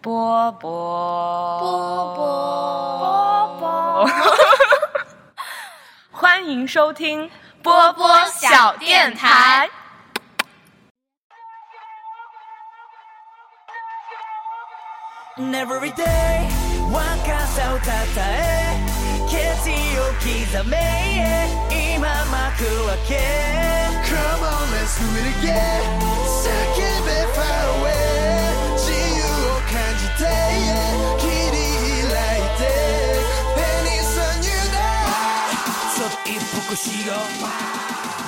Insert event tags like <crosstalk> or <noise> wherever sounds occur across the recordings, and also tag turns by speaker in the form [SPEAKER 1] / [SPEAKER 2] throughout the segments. [SPEAKER 1] 波波波
[SPEAKER 2] 波
[SPEAKER 1] <laughs>
[SPEAKER 2] 波
[SPEAKER 1] 波，欢迎收听波波小电台。
[SPEAKER 3] And every day 若さをたたえ決意を刻め今幕開け
[SPEAKER 4] Come on, let's do it again. 叫べ far away. 自由を感じて、yeah. 切り開いて。Penny s a new day.
[SPEAKER 3] そっ一歩しろ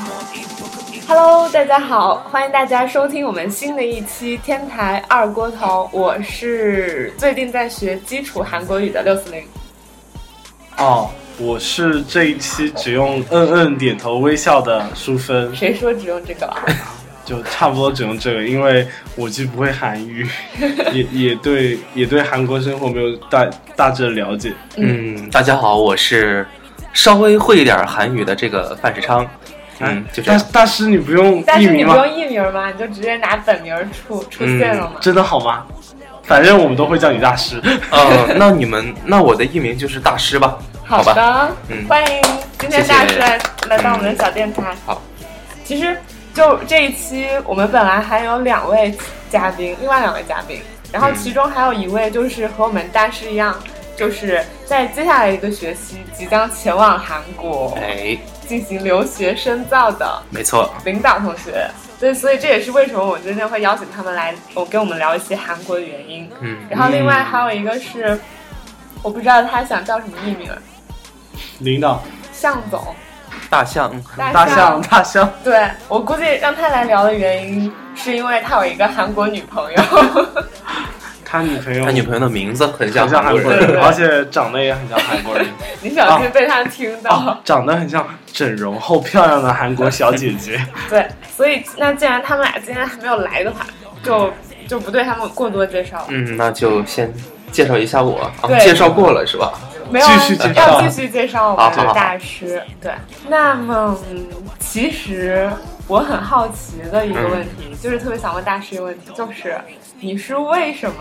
[SPEAKER 3] もう一歩一
[SPEAKER 5] Hello，大家好，欢迎大家收听我们新的一期《天台二锅头》，我是最近在学基础韩国语的六四零。
[SPEAKER 6] 哦，我是这一期只用嗯嗯点头微笑的淑芬，
[SPEAKER 5] 谁说只用这个啊了？
[SPEAKER 6] 就差不多只用这个，因为我既不会韩语，也也对也对韩国生活没有大大致的了解。
[SPEAKER 7] 嗯，大家好，我是稍微会一点韩语的这个范世昌。嗯，就这
[SPEAKER 6] 大
[SPEAKER 7] 样。
[SPEAKER 6] 大师，你不用
[SPEAKER 5] 但
[SPEAKER 6] 艺
[SPEAKER 5] 是你
[SPEAKER 6] 名
[SPEAKER 5] 不
[SPEAKER 6] 吗？
[SPEAKER 5] 用艺名吗？你就直接拿本名出出
[SPEAKER 7] 嗯
[SPEAKER 5] 现了吗？
[SPEAKER 6] 真的好吗？反正我们都会叫你大师。
[SPEAKER 7] 呃，那你们，那我的艺名就是大师吧？好
[SPEAKER 5] 的，
[SPEAKER 7] 吧。嗯
[SPEAKER 5] 欢迎今天大师来
[SPEAKER 7] 谢
[SPEAKER 5] 来到我们的小电台。
[SPEAKER 7] 好，
[SPEAKER 5] 其实就这一期我们本来还有两位嘉宾，另外两位嘉宾，然后
[SPEAKER 7] 嗯
[SPEAKER 5] 其中还有一位就是和我们大师一样，就是在接下来一个学期即将前往韩国
[SPEAKER 7] 哎，
[SPEAKER 5] 进行留学深造的
[SPEAKER 7] 没错。
[SPEAKER 5] 领导同学。对，所以这也是为什么我今天会邀请他们来，我跟我们聊一些韩国的原因。
[SPEAKER 7] 嗯，
[SPEAKER 5] 然后另外还有一个是，我不知道他想叫什么艺名，
[SPEAKER 6] 嗯领导，
[SPEAKER 5] 向总，
[SPEAKER 7] 大象。
[SPEAKER 6] 大象，大象，
[SPEAKER 5] 对我估计让他来聊的原因，是因为他有一个韩国女朋友。 <laughs>
[SPEAKER 6] 他女朋友，
[SPEAKER 7] 他女朋友的名字很像
[SPEAKER 6] 很像韩
[SPEAKER 7] 韩国
[SPEAKER 6] 国
[SPEAKER 7] 人。
[SPEAKER 6] 人，
[SPEAKER 5] 对
[SPEAKER 6] 而且长得也很像韩国人。
[SPEAKER 5] 你小心被他听到。
[SPEAKER 6] 啊，长得很像整容后漂亮的韩国小姐姐。
[SPEAKER 5] 对，所以那既然他们俩今天还没有来的话，就就不对他们过多介绍了。
[SPEAKER 7] 嗯，那就先介绍一下我啊
[SPEAKER 5] 对，
[SPEAKER 7] 介绍过了是吧？
[SPEAKER 5] 没有啊
[SPEAKER 6] 继续介绍
[SPEAKER 5] 要继续介绍我们
[SPEAKER 7] 好好
[SPEAKER 5] 的
[SPEAKER 7] 好
[SPEAKER 5] 大师。对，那么嗯其实我很好奇的一个问题，
[SPEAKER 6] 嗯
[SPEAKER 5] 就是特别想问大师一个问题，就是你是为什么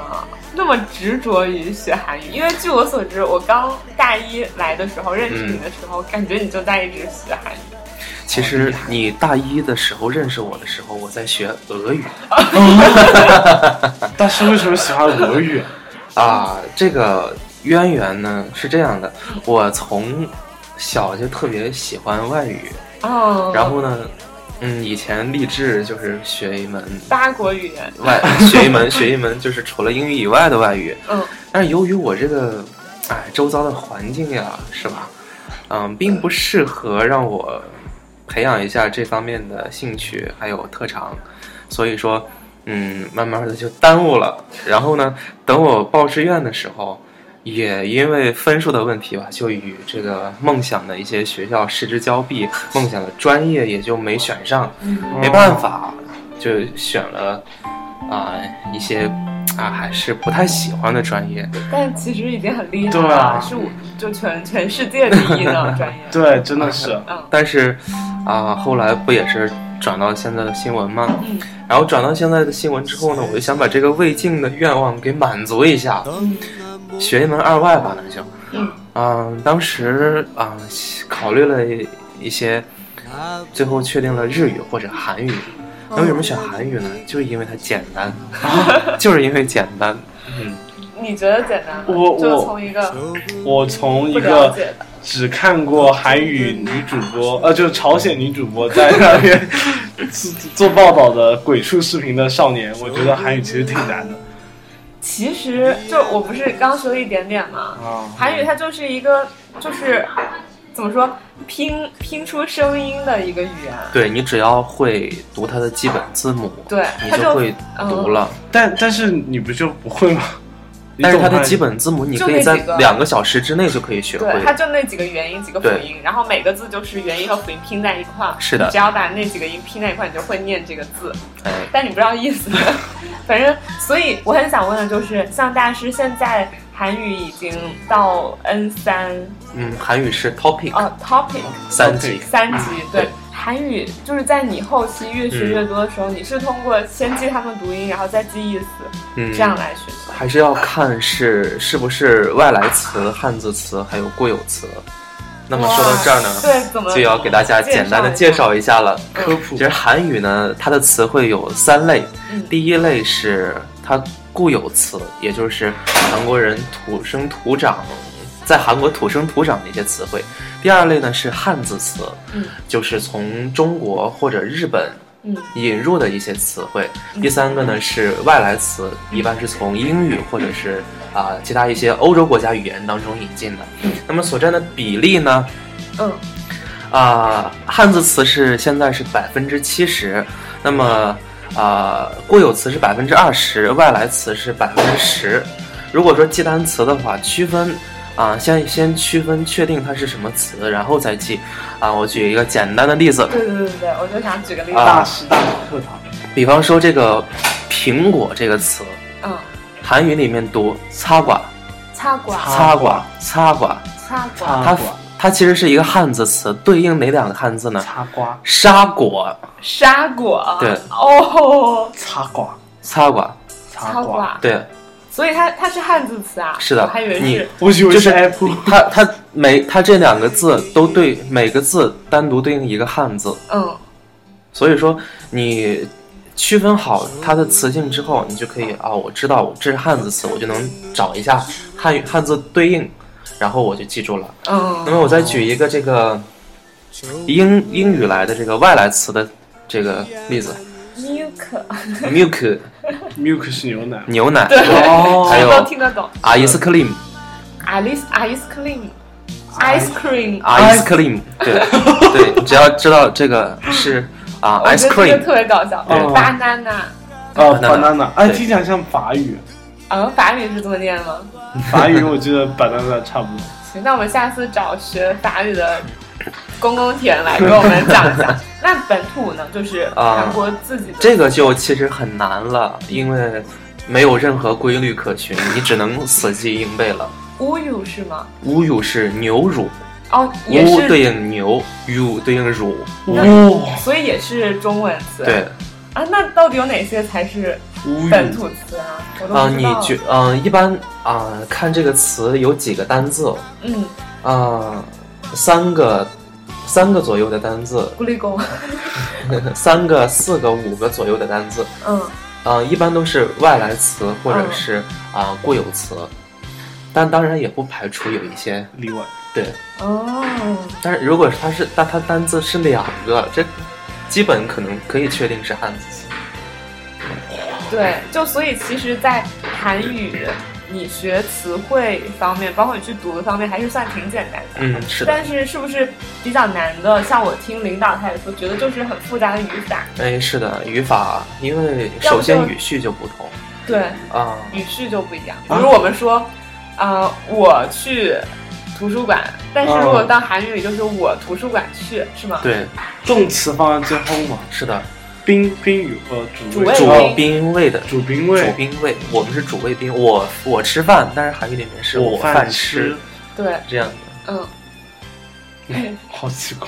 [SPEAKER 5] 那么执着于学韩语？因为据我所知，我刚大一来的时候认识你的时候，感觉你就在一直学韩语。
[SPEAKER 7] 其实你大一的时候认识我的时候，我在学俄语
[SPEAKER 6] 大师为什么喜欢俄语？
[SPEAKER 7] 啊。这个渊源呢是这样的，我从小就特别喜欢外语，
[SPEAKER 6] 嗯
[SPEAKER 5] 哦，
[SPEAKER 7] 然后呢，嗯，以前立志就是学一门
[SPEAKER 5] 八国语言，
[SPEAKER 7] 外， <laughs> 学一门学一门就是除了英语以外的外语。
[SPEAKER 5] 嗯，
[SPEAKER 7] 但是由于我这个，哎，周遭的环境呀，是吧？嗯，并不适合让我培养一下这方面的兴趣还有特长，所以说，嗯，慢慢的就耽误了。然后呢，等我报志愿的时候。也因为分数的问题吧，就与这个梦想的一些学校失之交臂，梦想的专业也就没选上。没办法，就选了啊、一些啊还是不太喜欢的专业。
[SPEAKER 5] 但其实已经很厉害
[SPEAKER 6] 对
[SPEAKER 5] 了，
[SPEAKER 6] 啊。
[SPEAKER 5] 是我就全全世界第一的专业
[SPEAKER 6] 对，真的是。
[SPEAKER 5] 嗯
[SPEAKER 7] 但是啊、后来不也是转到现在的新闻吗？
[SPEAKER 5] 嗯
[SPEAKER 7] 然后转到现在的新闻之后呢，我就想把这个未尽的愿望给满足一下，学一门二外吧，那就。
[SPEAKER 5] 嗯
[SPEAKER 7] 啊、当时啊、考虑了一些，最后确定了日语或者韩语。
[SPEAKER 5] 哦
[SPEAKER 7] 那为什么选韩语呢？
[SPEAKER 5] 嗯
[SPEAKER 7] 就是因为它简单，
[SPEAKER 5] 啊
[SPEAKER 7] <laughs> 就是因为简单。
[SPEAKER 5] 你觉得简单吗？
[SPEAKER 6] 我我
[SPEAKER 5] 就从一个
[SPEAKER 6] 我从
[SPEAKER 5] 不
[SPEAKER 6] 一个
[SPEAKER 5] 了解的，
[SPEAKER 6] 只看过韩语女主播，呃，就是朝鲜女主播在那边
[SPEAKER 5] <laughs>
[SPEAKER 6] 做做报道的鬼畜视频的少年，我觉得韩语其实挺难的。
[SPEAKER 5] 其实就我不是刚学了一点点
[SPEAKER 7] 嗯
[SPEAKER 5] 吗？
[SPEAKER 6] 啊
[SPEAKER 5] 韩语它就是一个就是怎么说拼拼出声音的一个语言，
[SPEAKER 7] 对你只要会读它的基本字母，
[SPEAKER 5] 对，
[SPEAKER 7] 你
[SPEAKER 5] 它
[SPEAKER 7] 就
[SPEAKER 5] 就嗯
[SPEAKER 7] 会读了。
[SPEAKER 6] 但但是你不就不会吗？你
[SPEAKER 7] 但是它
[SPEAKER 6] 懂
[SPEAKER 7] 的
[SPEAKER 6] 吗
[SPEAKER 7] 基本字母，你
[SPEAKER 5] 就
[SPEAKER 7] 可以
[SPEAKER 5] 那
[SPEAKER 7] 在
[SPEAKER 5] 几个
[SPEAKER 7] 两个小时之内就可以学会
[SPEAKER 5] 对，。它就那几个元音、几个辅
[SPEAKER 7] 对
[SPEAKER 5] 音，然后每个字就是元音和辅音拼在一块儿。
[SPEAKER 7] 是的
[SPEAKER 5] 你只要把那几个音拼在一块儿，你就会念这个字。
[SPEAKER 7] 哎，
[SPEAKER 5] 但你不知道
[SPEAKER 7] <laughs>
[SPEAKER 5] 意思。反正，所以我很想问的就是，像大师现在韩语已经到 N 三
[SPEAKER 7] 嗯，韩语是 topic
[SPEAKER 5] 哦 topic
[SPEAKER 7] 三级，啊
[SPEAKER 5] 三级，对，韩语就是在你后期越学越多的时候，你是通过先记他们读音，然后再记意思，
[SPEAKER 7] 嗯
[SPEAKER 5] 这样来啊学习。
[SPEAKER 7] 还是要看是是不是外来词、汉字词还有固有词。那么说到这儿呢，
[SPEAKER 5] 对，怎么
[SPEAKER 7] 就要给大家简单的介绍一下
[SPEAKER 5] 嗯
[SPEAKER 7] 了。
[SPEAKER 6] 科普
[SPEAKER 7] 其实韩语呢，它的词汇有三类，
[SPEAKER 5] 嗯
[SPEAKER 7] 第一类是它固有词，也就是韩国人土生土长，在韩国土生土长的一些词汇；第二类呢是汉字词，
[SPEAKER 5] 嗯
[SPEAKER 7] 就是从中国或者日本
[SPEAKER 5] 嗯
[SPEAKER 7] 引入的一些词汇。第三个呢是外来词，
[SPEAKER 5] 嗯
[SPEAKER 7] 一般是从英语或者是啊、其他一些欧洲国家语言当中引进的。那么所占的比例呢？
[SPEAKER 5] 嗯
[SPEAKER 7] 啊、汉字词是现在是百分之七十，那么啊、固有词是百分之二十，外来词是百分之十。如果说记单词的话，区分啊、先先区分确定它是什么词，然后再记。啊、我举一个简单的例子，
[SPEAKER 5] 对对对对，我就想举个例子，
[SPEAKER 7] 啊
[SPEAKER 6] 大师大课堂，
[SPEAKER 7] 比方说这个“苹果”这个词，
[SPEAKER 5] 嗯，
[SPEAKER 7] 韩语里面读“擦瓜
[SPEAKER 5] 擦瓜”，
[SPEAKER 7] 擦瓜，擦瓜，
[SPEAKER 5] 擦瓜，
[SPEAKER 6] 擦
[SPEAKER 7] 它
[SPEAKER 6] 瓜，
[SPEAKER 7] 它其实是一个汉字词，对应哪两个汉字呢？
[SPEAKER 6] 擦瓜，
[SPEAKER 7] 沙果，
[SPEAKER 5] 沙果，
[SPEAKER 7] 对
[SPEAKER 5] 哦，
[SPEAKER 6] 擦瓜，
[SPEAKER 7] 擦瓜，
[SPEAKER 5] 擦
[SPEAKER 6] 擦瓜。
[SPEAKER 5] 瓜，
[SPEAKER 7] 对。
[SPEAKER 5] 所以它它是汉字词啊，
[SPEAKER 7] 是的
[SPEAKER 5] 我还以为
[SPEAKER 7] 你
[SPEAKER 5] 是
[SPEAKER 6] 我以为
[SPEAKER 7] 就是
[SPEAKER 6] apple，
[SPEAKER 7] 它它每它这两个字都对每个字单独对应一个汉字，
[SPEAKER 5] 嗯
[SPEAKER 7] 所以说你区分好它的词性之后，你就可以啊，我知道我这是汉字词，我就能找一下汉语汉字对应，然后我就记住了。那
[SPEAKER 5] 嗯
[SPEAKER 7] 么我再举一个这个英英语来的这个外来词的这个例子
[SPEAKER 5] ，milk，
[SPEAKER 7] ，milk <laughs>
[SPEAKER 6] milk 是牛奶，
[SPEAKER 7] 牛奶，
[SPEAKER 6] 哦
[SPEAKER 7] 还有
[SPEAKER 5] 都听得懂
[SPEAKER 7] ice cream
[SPEAKER 5] ，ice ice cream ice cream，
[SPEAKER 7] ice cream，对对，只要知道这个是啊
[SPEAKER 5] 我
[SPEAKER 7] ice
[SPEAKER 5] 觉得这
[SPEAKER 7] cream 嗯
[SPEAKER 5] 个。特别搞笑
[SPEAKER 6] 对
[SPEAKER 5] ，banana，
[SPEAKER 6] 啊
[SPEAKER 7] 呃 banana
[SPEAKER 6] ，banana，哎，
[SPEAKER 7] 对
[SPEAKER 6] 听起来像法语，
[SPEAKER 5] 嗯，法语是这么念吗？
[SPEAKER 6] 法语我记得 banana 差不多。
[SPEAKER 5] 行，那我们下次找学法语的公公田来给我们讲一
[SPEAKER 7] <laughs>
[SPEAKER 5] 讲。那本土呢，就是
[SPEAKER 7] 啊
[SPEAKER 5] 韩国自己的、
[SPEAKER 7] 这个就其实很难了，因为没有任何规律可循，你只能死记硬背了。
[SPEAKER 5] 乌有是吗？
[SPEAKER 7] 乌乳是牛乳，
[SPEAKER 5] 哦，也
[SPEAKER 7] 乌
[SPEAKER 5] 是，
[SPEAKER 7] 对应牛，乳对应乳，
[SPEAKER 6] 哇，
[SPEAKER 5] 所以也是中文词。
[SPEAKER 7] 对，
[SPEAKER 5] 啊，那到底有哪些才是
[SPEAKER 6] 无语，
[SPEAKER 5] 本土词啊？我都
[SPEAKER 7] 啊、
[SPEAKER 5] 不知
[SPEAKER 7] 你
[SPEAKER 5] 道。
[SPEAKER 7] 觉，嗯、一般啊、看这个词有几个单字，
[SPEAKER 5] 嗯，
[SPEAKER 7] 啊、三个，三个左右的单字， <laughs>
[SPEAKER 5] 咕 <laughs> 哩公，
[SPEAKER 7] 三个、四个、五个左右的单字，
[SPEAKER 5] 嗯
[SPEAKER 7] 啊、一般都是外来词或者
[SPEAKER 5] 嗯
[SPEAKER 7] 是啊、固有词，但当然也不排除有一些
[SPEAKER 6] 例外。
[SPEAKER 7] 对。
[SPEAKER 5] 哦，
[SPEAKER 7] 但是如果它是，但它单字是两个，这基本可能可以确定是汉字。
[SPEAKER 5] 对，就所以其实，在韩语。你学词汇方面，包括你去读的方面，还是算挺简单的。
[SPEAKER 7] 嗯，是的。
[SPEAKER 5] 但是是不是比较难的？像我听领导他也说，觉得就是很复杂的语法，
[SPEAKER 7] 哎，是的，语法，因为首
[SPEAKER 5] 要
[SPEAKER 7] 先
[SPEAKER 5] 不就
[SPEAKER 7] 语序就不同
[SPEAKER 5] 对，
[SPEAKER 7] 啊、
[SPEAKER 5] 语序就不一
[SPEAKER 6] 啊
[SPEAKER 5] 样。比如我们说，呃，我去图书馆，但是如
[SPEAKER 6] 啊
[SPEAKER 5] 果到韩语里就是我图书馆去，是吗？，
[SPEAKER 7] 对，
[SPEAKER 6] 动词放在最后嘛，
[SPEAKER 7] 是的，
[SPEAKER 6] 宾宾语和主谓，哦
[SPEAKER 5] 主
[SPEAKER 7] 主
[SPEAKER 5] 谓
[SPEAKER 7] 宾谓的
[SPEAKER 6] 主宾
[SPEAKER 7] 主
[SPEAKER 6] 谓，
[SPEAKER 7] 宾谓，我们是主谓宾。我我吃饭，但是韩语里面是
[SPEAKER 6] 我
[SPEAKER 7] 饭
[SPEAKER 6] 吃，
[SPEAKER 5] 对，
[SPEAKER 7] 这样的。
[SPEAKER 5] 嗯，
[SPEAKER 6] 好奇怪，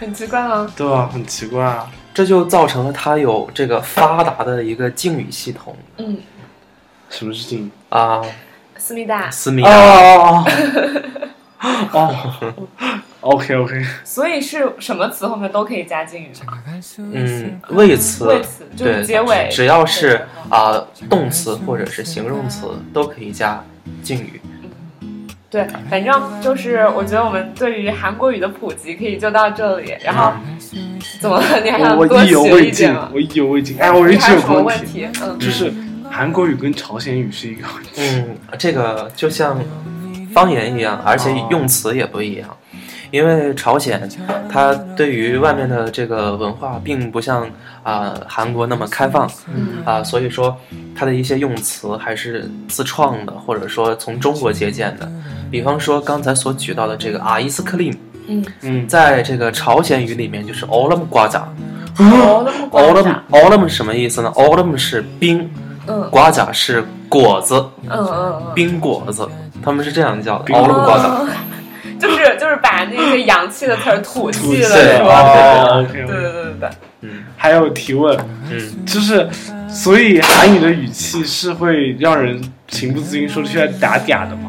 [SPEAKER 5] 很奇怪哦吗？
[SPEAKER 6] 对啊，很奇怪啊。
[SPEAKER 7] 这就造成了它有这个发达的一个敬语系统
[SPEAKER 5] 嗯，
[SPEAKER 6] 什么事情？
[SPEAKER 7] 啊，
[SPEAKER 5] 思密达。
[SPEAKER 7] 思密
[SPEAKER 6] 哦
[SPEAKER 7] 达、
[SPEAKER 6] 哦哦 <laughs> 哦，OK OK，
[SPEAKER 5] 所以是什么词后面都可以加敬语吗？
[SPEAKER 7] 嗯，谓词，
[SPEAKER 5] 谓词就是
[SPEAKER 7] 对
[SPEAKER 5] 结尾
[SPEAKER 7] 只要是
[SPEAKER 5] 对
[SPEAKER 7] 啊、动词或者是形容词都可以加敬语。
[SPEAKER 5] 对，反正就是我觉得我们对于韩国语的普及可以就到这里。然后怎么了？你还想
[SPEAKER 6] 嗯我
[SPEAKER 5] 多
[SPEAKER 6] 我意犹
[SPEAKER 5] 学
[SPEAKER 6] 未
[SPEAKER 5] 一点
[SPEAKER 6] 尽
[SPEAKER 5] 吗，？
[SPEAKER 6] 我意犹未尽。哎，我一
[SPEAKER 5] 你还
[SPEAKER 6] 直
[SPEAKER 5] 有
[SPEAKER 6] 有
[SPEAKER 5] 什么
[SPEAKER 6] 个
[SPEAKER 5] 问
[SPEAKER 6] 问题，
[SPEAKER 5] 题？嗯
[SPEAKER 6] 就是韩国语跟朝鲜语是一个问题。
[SPEAKER 7] 嗯，这个就像方言一样，而且用词也不一样。因为朝鲜，它对于外面的这个文化并不像啊、韩国那么开放啊、
[SPEAKER 5] 嗯
[SPEAKER 7] 所以说它的一些用词还是自创的，或者说从中国借鉴的。比方说刚才所举到的这个啊 ice cream，
[SPEAKER 5] 嗯，
[SPEAKER 6] 嗯，
[SPEAKER 7] 在这个朝鲜语里面就是 olam 瓜子
[SPEAKER 5] 哦，那么广泛
[SPEAKER 7] olam olam 什么意思呢？olam 是冰，
[SPEAKER 5] 嗯
[SPEAKER 7] 瓜子是果子，
[SPEAKER 5] 嗯嗯嗯，
[SPEAKER 7] 冰果子，他们是这样叫的。
[SPEAKER 6] 冰果
[SPEAKER 7] 奥
[SPEAKER 6] 子
[SPEAKER 7] 鲁瓜子，
[SPEAKER 5] 哦 <laughs> 就是就是把那些洋气的词儿土气了
[SPEAKER 7] 对
[SPEAKER 5] 说。
[SPEAKER 6] 哦，OK，
[SPEAKER 5] 对对对对，
[SPEAKER 7] 嗯
[SPEAKER 6] 还有提问，
[SPEAKER 7] 嗯，
[SPEAKER 6] 就是，所以韩语的语气是会让人情不自禁说出来嗲嗲的吗？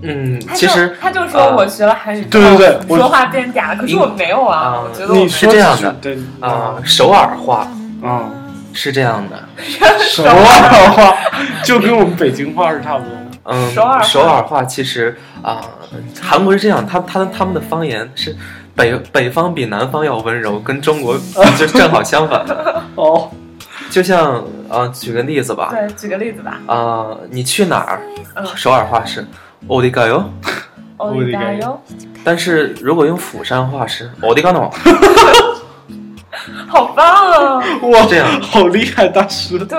[SPEAKER 7] 嗯，
[SPEAKER 5] 他就
[SPEAKER 7] 其实
[SPEAKER 5] 他就说
[SPEAKER 7] 呃
[SPEAKER 5] 我学了韩语之
[SPEAKER 6] 对
[SPEAKER 5] 后，
[SPEAKER 6] 对对我
[SPEAKER 5] 说话变嗲了，可是我没有啊，
[SPEAKER 7] 嗯
[SPEAKER 5] 我觉得我
[SPEAKER 6] 你
[SPEAKER 5] 没
[SPEAKER 6] 说
[SPEAKER 7] 是这样的
[SPEAKER 6] 对
[SPEAKER 7] 啊、首尔话
[SPEAKER 6] 啊，
[SPEAKER 7] 是这样的，
[SPEAKER 6] 首尔话 <laughs> 就跟我们北京话是差不多的。
[SPEAKER 7] 嗯，
[SPEAKER 5] 首尔话
[SPEAKER 7] 话其实啊、韩国是这样，他他他们的方言是北北方比南方要温柔，跟中国 <laughs> 就正好相反的。
[SPEAKER 6] 哦，
[SPEAKER 7] 就像啊、举个例子吧，
[SPEAKER 5] 对，举个例子吧，
[SPEAKER 7] 啊、你去哪儿？
[SPEAKER 5] 嗯
[SPEAKER 7] 首尔话是어디가요，
[SPEAKER 5] 欧
[SPEAKER 6] 我的
[SPEAKER 5] 里哦加
[SPEAKER 6] 感觉
[SPEAKER 5] 油，
[SPEAKER 7] 但是如果用釜山话是어디가노，
[SPEAKER 5] 好棒啊！
[SPEAKER 6] 哇，
[SPEAKER 7] 这样
[SPEAKER 6] 好厉害，大师，
[SPEAKER 7] <laughs>
[SPEAKER 5] 对，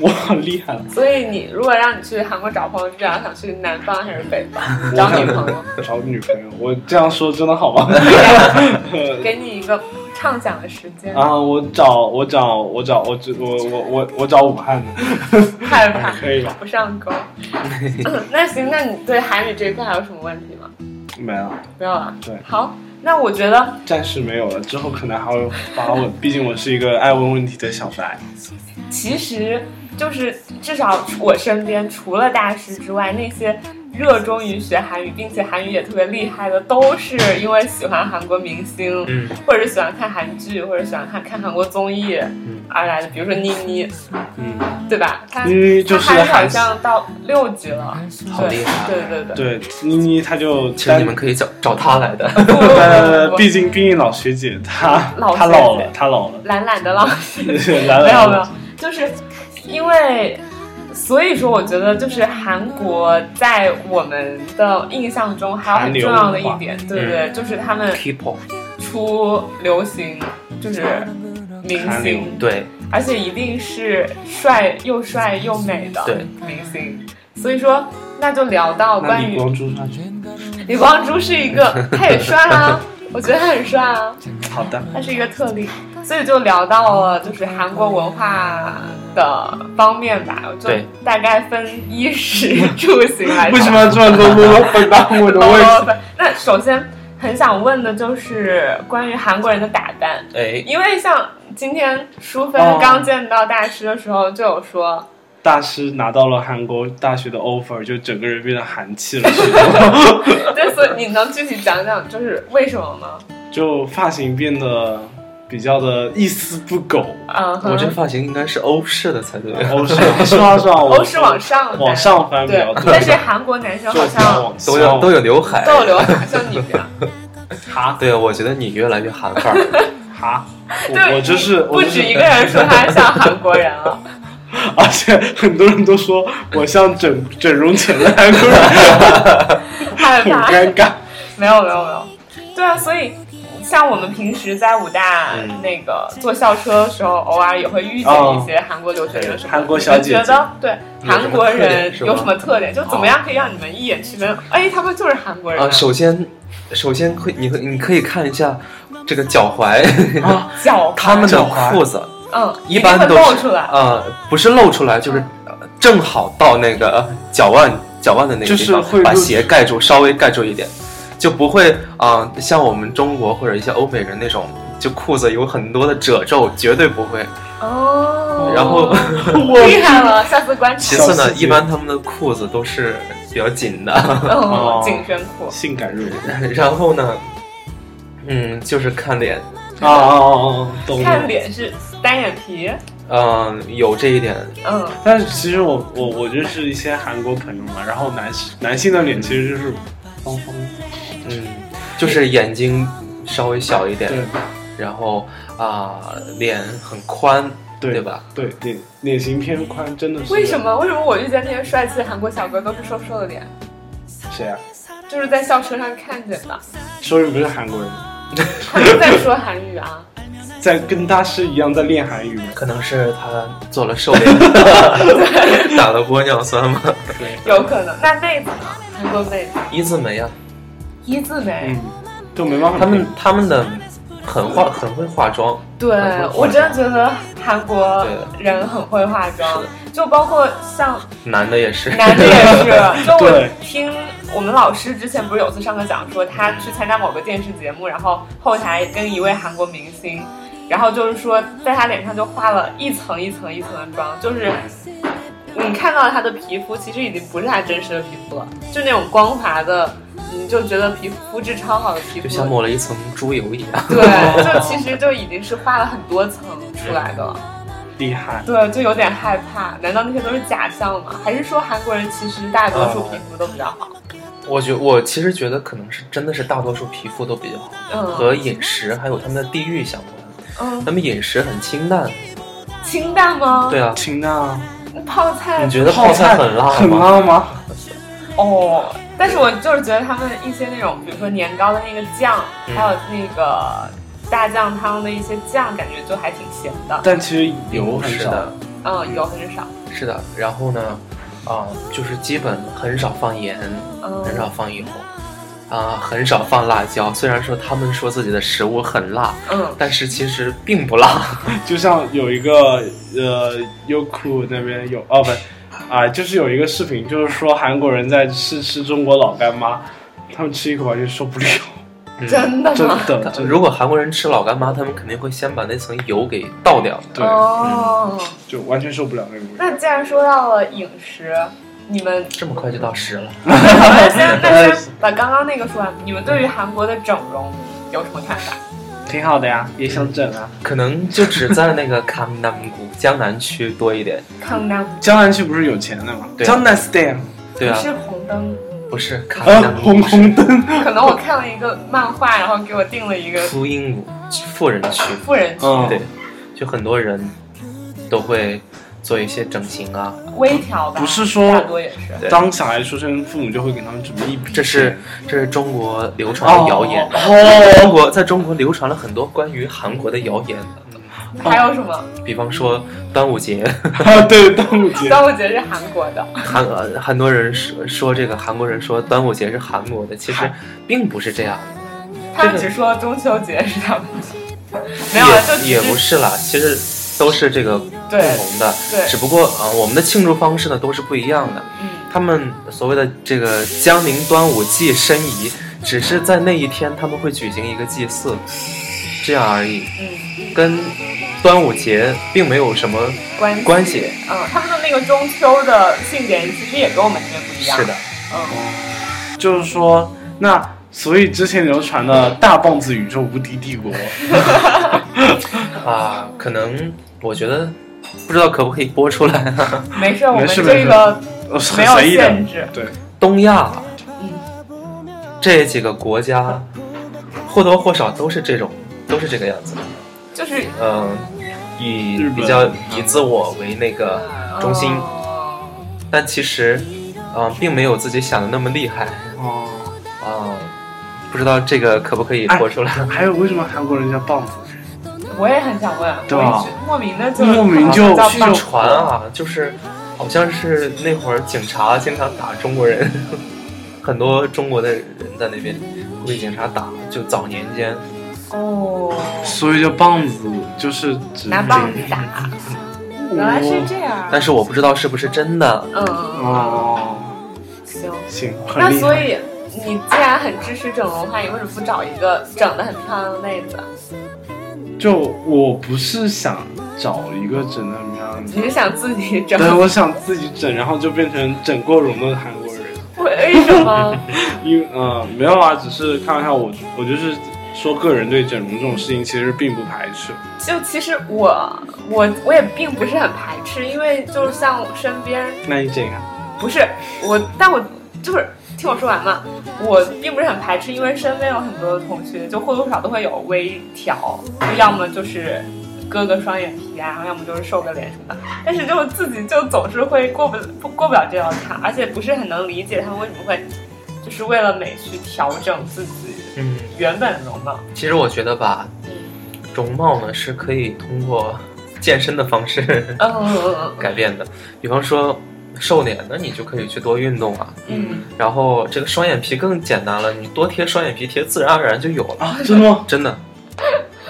[SPEAKER 6] 我很厉害了。
[SPEAKER 5] 所以你如果让你去韩国找朋友，你比较想去南方还是北方找女朋友？
[SPEAKER 6] 找女朋友，我这样说真的好
[SPEAKER 7] <laughs>
[SPEAKER 6] 吗？
[SPEAKER 5] 给你一个畅想的时间，
[SPEAKER 6] 啊，我找我找我找我只我我我我找武汉的，
[SPEAKER 5] 害怕
[SPEAKER 6] 可以吧？
[SPEAKER 5] 不上钩。 <laughs> 那行，那你对韩语这一块还有什么问题吗？
[SPEAKER 6] 没了，
[SPEAKER 5] 没有了。
[SPEAKER 6] 嗯对
[SPEAKER 5] 好，那我觉得
[SPEAKER 6] 暂时没有了，之后可能还会发问，毕竟我是一个爱问问题的小白。
[SPEAKER 5] 其实就是至少我身边除了大师之外，那些热衷于学韩语，并且韩语也特别厉害的，都是因为喜欢韩国明星，
[SPEAKER 7] 嗯
[SPEAKER 5] 或者是喜欢看韩剧，或者喜欢看看韩国综艺而来的。比如说妮妮，
[SPEAKER 6] 嗯。
[SPEAKER 5] 对吧？她
[SPEAKER 6] 妮妮就是
[SPEAKER 5] 她韩语
[SPEAKER 6] 韩
[SPEAKER 5] 好像到六级了，
[SPEAKER 7] 好厉害
[SPEAKER 5] 对对对对，
[SPEAKER 6] 对，妮妮她就
[SPEAKER 7] 其实
[SPEAKER 6] 单
[SPEAKER 7] 你们可以找找他来的。
[SPEAKER 5] 不不
[SPEAKER 6] 呃
[SPEAKER 5] 不，不
[SPEAKER 6] 毕竟毕竟老学姐她
[SPEAKER 5] 老
[SPEAKER 6] 她
[SPEAKER 5] 学姐
[SPEAKER 6] 老了，她老了， <laughs>
[SPEAKER 5] 懒懒的老师。
[SPEAKER 6] 来
[SPEAKER 5] 没
[SPEAKER 6] 来
[SPEAKER 5] 有没有
[SPEAKER 6] 了，，
[SPEAKER 5] 就是因为，所以说我觉得就是韩国在我们的印象中还有很重要的一点，对对
[SPEAKER 6] 嗯
[SPEAKER 5] 对，就是他
[SPEAKER 7] <laughs>
[SPEAKER 5] 们
[SPEAKER 7] People，
[SPEAKER 5] 出流行就是明
[SPEAKER 6] 韩流
[SPEAKER 5] 星，
[SPEAKER 7] 对
[SPEAKER 5] 而且一定是帅又帅又美的
[SPEAKER 7] 对
[SPEAKER 5] 明星，所以说那就聊到
[SPEAKER 6] 那
[SPEAKER 5] 关
[SPEAKER 6] 李
[SPEAKER 5] 于
[SPEAKER 6] 光洙上去，
[SPEAKER 5] 李光洙是一个，他也帅啊，我觉得他很帅啊。
[SPEAKER 6] 好的，
[SPEAKER 5] 它是一个特例，所以就聊到了就是韩国文化的方面吧，就
[SPEAKER 7] 对
[SPEAKER 5] 大概分衣食
[SPEAKER 6] <laughs>
[SPEAKER 5] 住行来
[SPEAKER 6] 为什么要这么多啰啰回答我的
[SPEAKER 5] 聊
[SPEAKER 6] 问题？
[SPEAKER 5] <laughs> 那首先很想问的就是关于韩国人的打扮，
[SPEAKER 7] 哎，
[SPEAKER 5] 因为像今天淑芬
[SPEAKER 6] 哦
[SPEAKER 5] 刚见到大师的时候就有说，
[SPEAKER 6] 大师拿到了韩国大学的 offer，就整个人变得韩气了许 <laughs> 多，
[SPEAKER 5] 对，所以你能具体讲讲就是为什么吗？
[SPEAKER 6] 就发型变得比较的一丝不苟。
[SPEAKER 5] 嗯哼，
[SPEAKER 7] 我这发型应该是欧式的才对。
[SPEAKER 6] 欧式，是吗？是吗？
[SPEAKER 5] 欧式往上翻
[SPEAKER 6] 往上翻比
[SPEAKER 5] 对
[SPEAKER 6] 较多，，
[SPEAKER 5] 但是韩国男生好像
[SPEAKER 6] 就
[SPEAKER 7] <laughs> 都有都
[SPEAKER 6] 有
[SPEAKER 7] 有刘海，
[SPEAKER 5] 都有刘海，像你这样。
[SPEAKER 6] 哈
[SPEAKER 7] 对，我觉得你越来越韩范儿。 <laughs>
[SPEAKER 6] 哈，
[SPEAKER 5] 对，
[SPEAKER 6] 我我就是
[SPEAKER 5] 不
[SPEAKER 6] 我就是
[SPEAKER 5] 止一个人说他像韩国人
[SPEAKER 7] <laughs>
[SPEAKER 5] 啊了，
[SPEAKER 6] <laughs> 而且很多人都说我像整整容前的韩国人，
[SPEAKER 5] <laughs> 害
[SPEAKER 6] 很
[SPEAKER 5] 怕。
[SPEAKER 6] 尴尬。
[SPEAKER 5] 没有没有没有，对啊，所以像我们平时在武大
[SPEAKER 7] 嗯哦
[SPEAKER 5] 那个坐校车的时候，偶尔也会遇见一些韩国留学生什么的。
[SPEAKER 6] 韩国小姐姐
[SPEAKER 5] 你们觉得对韩国人
[SPEAKER 7] 有什么特点是吗哦
[SPEAKER 5] 有什么特点？就怎么样可以让你们一眼区分？哎，他们就是韩国人
[SPEAKER 7] 啊，首先，首先会你会你可以看一下这个脚踝，啊
[SPEAKER 5] 脚
[SPEAKER 7] <laughs> 他们的
[SPEAKER 6] 脚踝
[SPEAKER 7] 裤子
[SPEAKER 5] 嗯，
[SPEAKER 7] 一般
[SPEAKER 5] 定
[SPEAKER 7] 都
[SPEAKER 5] 会露
[SPEAKER 7] 是
[SPEAKER 5] 出来。
[SPEAKER 7] 呃，不是露出来，就是呃正好到那个呃脚腕脚腕的那个
[SPEAKER 6] 就
[SPEAKER 7] 地
[SPEAKER 6] 是会
[SPEAKER 7] 方，把
[SPEAKER 6] 露
[SPEAKER 7] 鞋盖住，稍微盖住一点，就不会啊、像我们中国或者一些欧美人那种。就裤子有很多的褶皱，绝对不会。
[SPEAKER 5] 哦，
[SPEAKER 7] 然后，
[SPEAKER 5] <laughs> 厉害了，下次观
[SPEAKER 7] 其
[SPEAKER 5] 察。
[SPEAKER 7] 次
[SPEAKER 6] 小
[SPEAKER 7] 呢，
[SPEAKER 6] 细节
[SPEAKER 7] 一般他们的裤子都是比较紧的， <laughs> 哦
[SPEAKER 5] 嗯，紧身裤。
[SPEAKER 6] 性感入围
[SPEAKER 7] 然后呢，嗯，就是看脸，
[SPEAKER 6] 啊啊啊！懂
[SPEAKER 5] 看
[SPEAKER 6] 了。
[SPEAKER 5] 脸是单眼皮，
[SPEAKER 7] 嗯、有这一点，
[SPEAKER 5] 嗯，
[SPEAKER 6] 但是其实我我我就是一些韩国朋友嘛，然后男男性的脸其实就是方方的，
[SPEAKER 7] 嗯，就是眼睛稍微小一点，
[SPEAKER 6] 对
[SPEAKER 7] 然后啊、脸很宽，
[SPEAKER 6] 对
[SPEAKER 7] 吧？？
[SPEAKER 6] 对脸脸型偏宽，真的是
[SPEAKER 5] 为什？么？为什么我遇见那些帅气的韩国小哥都是瘦瘦的脸？
[SPEAKER 6] 谁啊？
[SPEAKER 5] 就是在校车上看见的。
[SPEAKER 6] 说明不是韩国人，
[SPEAKER 5] 他们在说韩语啊，
[SPEAKER 6] 在跟大师一样在练韩语吗？
[SPEAKER 7] 可能是他做了 <laughs> 瘦脸，打了玻尿酸嘛。
[SPEAKER 5] 有可能。那妹子呢？韩国妹子，
[SPEAKER 7] 一字眉啊，
[SPEAKER 5] 一字眉
[SPEAKER 6] 嗯嗯，就没办法。
[SPEAKER 7] 他们他们的很化很会化妆，
[SPEAKER 5] 对
[SPEAKER 7] 很会化妆
[SPEAKER 5] 我真的觉得韩国人很会化妆，就包括像
[SPEAKER 7] 男的也是，
[SPEAKER 5] 男的也
[SPEAKER 7] <laughs>
[SPEAKER 5] 是，就我
[SPEAKER 6] 对
[SPEAKER 5] 听我们老师之前不是有次上课讲说，他去参加某个电视节目，然后后台跟一位韩国明星，然后就是说在他脸上就画了一层一层一层的妆，就是你看到他的皮肤其实已经不是他真实的皮肤了，就那种光滑的，你就觉得皮肤质超好的皮
[SPEAKER 7] 就像
[SPEAKER 5] 肤，
[SPEAKER 7] 抹了一层猪油一样。
[SPEAKER 5] 对，就其实就已经是画了很多层出来的了。
[SPEAKER 6] 厉害。
[SPEAKER 5] 对，就有点害怕。难道那些都是假象吗？还是说韩国人其实大多数
[SPEAKER 7] 啊
[SPEAKER 5] 皮肤都比较好？
[SPEAKER 7] 我觉我其实觉得可能是真的是大多数皮肤都比较好，
[SPEAKER 5] 嗯
[SPEAKER 7] 和饮食还有他们的地域相关。
[SPEAKER 5] 嗯，
[SPEAKER 7] 他们饮食很清淡，
[SPEAKER 5] 清淡吗？
[SPEAKER 7] 对啊，
[SPEAKER 6] 清淡啊，
[SPEAKER 5] 泡嗯菜
[SPEAKER 7] 你觉得泡菜很辣
[SPEAKER 6] 很
[SPEAKER 7] 吗？
[SPEAKER 6] 辣吗？
[SPEAKER 5] 哦，但是我就是觉得他们一些那种，比如说年糕的那个酱，
[SPEAKER 7] 嗯
[SPEAKER 5] 还有那个大酱汤的一些酱，感觉就还挺咸的。
[SPEAKER 6] 但其实油
[SPEAKER 7] 油
[SPEAKER 6] 很
[SPEAKER 7] 是
[SPEAKER 6] 少。
[SPEAKER 7] 的，
[SPEAKER 5] 嗯，油很少。
[SPEAKER 7] 是的。然后呢，啊、就是基本很少放盐，
[SPEAKER 5] 嗯，
[SPEAKER 7] 很少放油，啊、很少放辣椒。虽然说他们说自己的食物很辣，
[SPEAKER 5] 嗯，
[SPEAKER 7] 但是其实并不辣。 <laughs>
[SPEAKER 6] 就像有一个呃优酷那边有哦不，啊、就是有一个视频，就是说韩国人在吃吃中国老干妈，他们吃一口吧就受不了，
[SPEAKER 7] 嗯
[SPEAKER 5] <laughs> 真的
[SPEAKER 6] 真
[SPEAKER 5] 吗？ <laughs>
[SPEAKER 6] 的真的
[SPEAKER 7] 如果韩国人吃老干妈，他们肯定会先把那层油给倒掉。
[SPEAKER 6] 对，
[SPEAKER 5] 哦，
[SPEAKER 6] 就完全受不了那种味
[SPEAKER 5] 那
[SPEAKER 6] 道。
[SPEAKER 5] 既然说到了饮食，你
[SPEAKER 7] <laughs>
[SPEAKER 5] 们
[SPEAKER 7] 这么快就到十了，
[SPEAKER 5] 那先那先把刚刚那个说完。你们对于韩国的整容有什么看法？
[SPEAKER 6] 挺好的呀，也想整啊。
[SPEAKER 7] 可能就只在那个康南谷江南区多一点。
[SPEAKER 5] 康南
[SPEAKER 6] 江南区不是有钱的吗？
[SPEAKER 7] 对啊
[SPEAKER 6] 江南 stand，
[SPEAKER 7] 对啊，
[SPEAKER 5] 是红灯，
[SPEAKER 7] 不是康
[SPEAKER 6] 呃
[SPEAKER 7] 南，谷
[SPEAKER 6] 红红灯，
[SPEAKER 5] 可能我看了一个漫画，然后给我定了一个
[SPEAKER 7] 富英谷富人区。
[SPEAKER 5] 富人区
[SPEAKER 6] 嗯，
[SPEAKER 7] 对，，就很多人都会做一些整形啊，
[SPEAKER 5] 微调吧，
[SPEAKER 6] 不是说
[SPEAKER 5] 大多也是。
[SPEAKER 7] 对
[SPEAKER 6] 当小孩出生，父母就会给他们准备一笔，
[SPEAKER 7] 这是这是中国流传的谣言。啊
[SPEAKER 6] 哦，
[SPEAKER 7] 中国在中国流传了很多关于韩国的谣言，哦
[SPEAKER 5] 还有什么？
[SPEAKER 7] 比方说端午节，
[SPEAKER 6] 啊 <laughs> 对，端午节，
[SPEAKER 5] 端午节是韩国的，
[SPEAKER 7] 韩呃很多人说说这个韩国人说端午节是韩国的，其实并不是这样的，
[SPEAKER 5] 他们只说中秋节是他们的，没有啊，就
[SPEAKER 7] 也也不
[SPEAKER 5] 是
[SPEAKER 7] 是啦，其实都是这个共
[SPEAKER 5] 对
[SPEAKER 7] 同的，
[SPEAKER 5] 对
[SPEAKER 7] 只不过啊、呃我们的庆祝方式呢都是不一样的。
[SPEAKER 5] 嗯
[SPEAKER 7] 他们所谓的这个江陵端午祭申遗，只是在那一天他们会举行一个祭祀，这样而已，
[SPEAKER 5] 嗯
[SPEAKER 7] 跟端午节并没有什么
[SPEAKER 5] 关
[SPEAKER 7] 关系。
[SPEAKER 5] 嗯，他们的那个中秋的庆典其实也跟我们这边不一样。
[SPEAKER 7] 是的，，
[SPEAKER 5] 嗯，
[SPEAKER 6] 就是说，那所以之前流传的大棒子宇宙无敌帝国，
[SPEAKER 7] 啊，可能我觉得不知道可不可以播出来、 <laughs> 啊。
[SPEAKER 5] 没事，我们
[SPEAKER 6] 没事
[SPEAKER 5] 这个
[SPEAKER 6] 呃很
[SPEAKER 5] 没有
[SPEAKER 6] 随意的
[SPEAKER 5] 限，制。
[SPEAKER 6] 对，
[SPEAKER 7] 东亚
[SPEAKER 5] 嗯，
[SPEAKER 7] 这几个国家或多或少都是这种，都是这个样子的。
[SPEAKER 5] 就是
[SPEAKER 7] 嗯，以
[SPEAKER 6] 日本
[SPEAKER 7] 比较以自我为那个
[SPEAKER 5] 呃
[SPEAKER 7] 中心。
[SPEAKER 5] 哦
[SPEAKER 7] 但其实，嗯、并没有自己想的那么厉害
[SPEAKER 6] 哦，
[SPEAKER 7] 啊、不知道这个可不可以
[SPEAKER 6] 哎
[SPEAKER 7] 播出来？
[SPEAKER 6] 还有为什么韩国人叫棒子？
[SPEAKER 5] 我也很想问，
[SPEAKER 6] 对
[SPEAKER 5] 我
[SPEAKER 6] 吧
[SPEAKER 7] 啊
[SPEAKER 5] 一直莫名的就
[SPEAKER 6] 莫名就
[SPEAKER 5] 叫
[SPEAKER 6] 去
[SPEAKER 5] 棒
[SPEAKER 7] 据
[SPEAKER 5] 子
[SPEAKER 7] 传啊，就是好像是那会儿警察经常打中国人， <laughs> 很多中国的人在那边会被警察打，就早年间
[SPEAKER 5] 哦，
[SPEAKER 6] 所以叫棒子就是指
[SPEAKER 5] 拿棒子打，原来是这样。
[SPEAKER 7] 但是我不知道是不是真的。
[SPEAKER 5] 嗯，
[SPEAKER 6] 哦，
[SPEAKER 5] 行，
[SPEAKER 6] 行，很
[SPEAKER 5] 那
[SPEAKER 6] 厉害
[SPEAKER 5] 所以你既然很支持整容的话，你为什么不找一个整的很漂亮的妹子？
[SPEAKER 6] 就我不是想找一个整的很漂亮
[SPEAKER 5] <laughs> 你
[SPEAKER 6] 的，
[SPEAKER 5] 是想自己整？
[SPEAKER 6] 嗯对，我想自己整，然后就变成整过容的韩国人。
[SPEAKER 5] <laughs> 为什么？
[SPEAKER 6] 因为呃没有啊，只是开玩笑，我我就是说个人对整容这种事情其实并不排斥。
[SPEAKER 5] 就其实我我我也并不是很排斥，因为就是像我身边
[SPEAKER 6] 那你整一个
[SPEAKER 5] 不是我，但我就是听我说完嘛，我并不是很排斥，因为身边有很多同学就或多或少都会有微调，就要么就是割个双眼皮啊，然后要么就是瘦个脸什么的。但是就自己就总是会过不不过不了这道坎，而且不是很能理解他们为什么会就是为了美去调整自己
[SPEAKER 7] 嗯，
[SPEAKER 5] 原本的容貌。
[SPEAKER 7] 其实我觉得吧，容貌呢是可以通过健身的方式 <laughs>
[SPEAKER 5] 嗯嗯
[SPEAKER 7] 改变的，比方说瘦脸，那你就可以去多运动啊。
[SPEAKER 5] 嗯
[SPEAKER 7] 然后这个双眼皮更简单了，你多贴双眼皮贴，自然而然就有了。
[SPEAKER 6] 啊啊？真的吗？
[SPEAKER 7] 真的，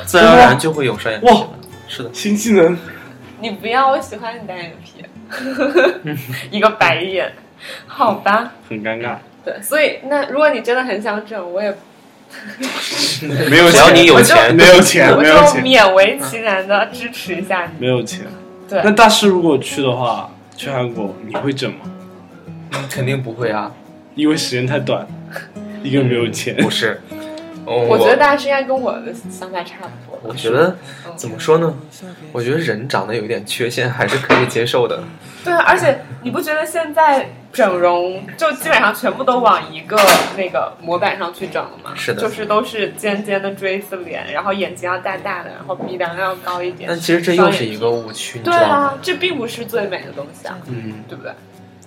[SPEAKER 7] 自然而然就会有双眼皮
[SPEAKER 6] 哇
[SPEAKER 7] 了。是的，
[SPEAKER 6] 新技能，
[SPEAKER 5] 你不要，我喜欢你单眼皮， <laughs> 一个白眼，好吧？
[SPEAKER 6] 很尴尬。
[SPEAKER 5] 对，所以那如果你真的很想整，我也
[SPEAKER 6] 没有
[SPEAKER 7] 只要
[SPEAKER 6] 钱，
[SPEAKER 7] 你有
[SPEAKER 5] 我就
[SPEAKER 7] 钱，
[SPEAKER 6] 没有
[SPEAKER 7] 啊
[SPEAKER 6] 钱，
[SPEAKER 5] 我
[SPEAKER 6] 没
[SPEAKER 5] 就
[SPEAKER 6] 有钱，
[SPEAKER 5] 勉为其难的支持一下你。
[SPEAKER 6] 没有钱。
[SPEAKER 7] 嗯
[SPEAKER 5] 对
[SPEAKER 6] 那大师如果去的话，去韩国你会整吗？
[SPEAKER 7] 肯定不会
[SPEAKER 5] <laughs>
[SPEAKER 7] 啊。
[SPEAKER 6] 因为时间太短，一个没有钱，
[SPEAKER 7] 不是，我
[SPEAKER 5] 我觉得大家应该跟我的想法差不多。
[SPEAKER 7] 我觉得怎么说呢？我觉得人长得有点缺陷还是可以接受的。
[SPEAKER 5] 对啊，而且你不觉得现在整容就基本上全部都往一个那个模板上去整了吗？
[SPEAKER 7] 是的
[SPEAKER 5] 就是都是尖尖的锥子脸，然后眼睛要大大的，然后鼻梁要高一点
[SPEAKER 7] 但。其实这又是一个误区，你知
[SPEAKER 5] 对
[SPEAKER 7] 道吗？
[SPEAKER 5] 啊，这并不是最美的东西啊，
[SPEAKER 7] 嗯，
[SPEAKER 5] 对不对？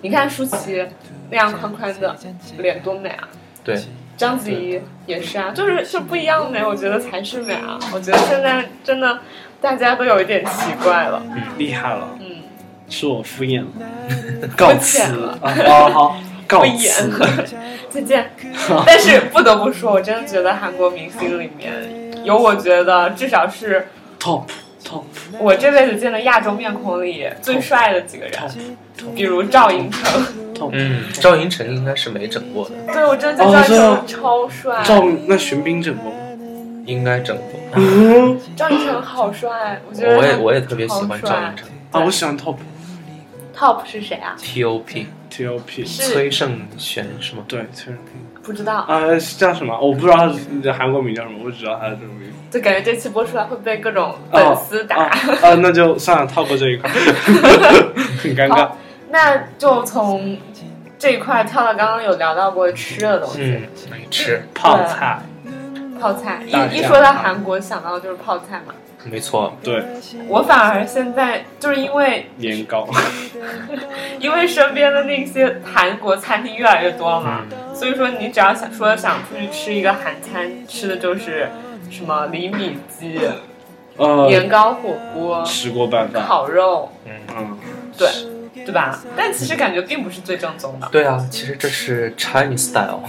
[SPEAKER 5] 你看舒淇那样宽宽的脸多美啊！
[SPEAKER 7] 对，
[SPEAKER 5] 章子怡也是啊，就是就不一样美，我觉得才是美啊！我觉得现在真的大家都有一点奇怪了，
[SPEAKER 6] 厉害了，
[SPEAKER 5] 嗯，
[SPEAKER 6] 是我敷衍
[SPEAKER 5] <laughs>
[SPEAKER 6] 了，告辞
[SPEAKER 5] 浅了
[SPEAKER 6] 啊！好好，告
[SPEAKER 5] 不演
[SPEAKER 6] 辞。
[SPEAKER 5] 了，再见。
[SPEAKER 7] <laughs>
[SPEAKER 5] 但是不得不说，我真的觉得韩国明星里面有，我觉得至少是
[SPEAKER 6] Top top
[SPEAKER 5] 我这辈子见的亚洲面孔里最帅的几个人，比如赵寅成，
[SPEAKER 7] <laughs>
[SPEAKER 6] top，
[SPEAKER 7] 嗯，赵寅成应该是没整过的，
[SPEAKER 5] 对我真的觉得赵寅成
[SPEAKER 7] 哦
[SPEAKER 5] 超帅，
[SPEAKER 6] 赵那玄彬整过吗？
[SPEAKER 7] 应该整过。
[SPEAKER 6] 嗯
[SPEAKER 5] 赵寅成好帅，我觉得
[SPEAKER 7] 啊我也我也特别喜欢赵寅成
[SPEAKER 6] 啊，我喜欢 Top
[SPEAKER 5] Top 是谁啊？
[SPEAKER 7] ，T O P，
[SPEAKER 6] T O P，
[SPEAKER 5] 是
[SPEAKER 7] 崔胜铉是吗？
[SPEAKER 6] 对，崔永平
[SPEAKER 5] 不知道，
[SPEAKER 6] 啊，是叫什么？我不知道他的韩国名叫什么，我只知道他的中文名。
[SPEAKER 5] 就感觉这期播出来会被各种粉
[SPEAKER 6] 哦
[SPEAKER 5] 丝
[SPEAKER 6] 啊
[SPEAKER 5] 打。
[SPEAKER 6] 啊，那就算了，跳过这一
[SPEAKER 5] <laughs>
[SPEAKER 6] 块，很尴尬
[SPEAKER 5] 好。，那就从这一块跳到刚刚有聊到过吃的东西，
[SPEAKER 7] 嗯，吃，
[SPEAKER 6] 泡菜，
[SPEAKER 5] 泡菜。
[SPEAKER 6] 大酱
[SPEAKER 5] 一一说到韩国，想到的就是泡菜嘛。
[SPEAKER 7] 没错，
[SPEAKER 6] 对，
[SPEAKER 5] 我反而现在就是因为
[SPEAKER 6] 年
[SPEAKER 5] <laughs>
[SPEAKER 6] 糕，
[SPEAKER 5] 因为身边的那些韩国餐厅越来越多嘛，所以说你只要想说想出去吃一个韩餐，吃的就是什么厘米鸡、
[SPEAKER 6] 呃，
[SPEAKER 5] 年糕火锅、
[SPEAKER 6] 吃过拌饭，
[SPEAKER 5] 烤肉，
[SPEAKER 6] 嗯，
[SPEAKER 5] 对对吧？但其实感觉并不是最正宗的。
[SPEAKER 7] 对啊，其实这是 Chinese style，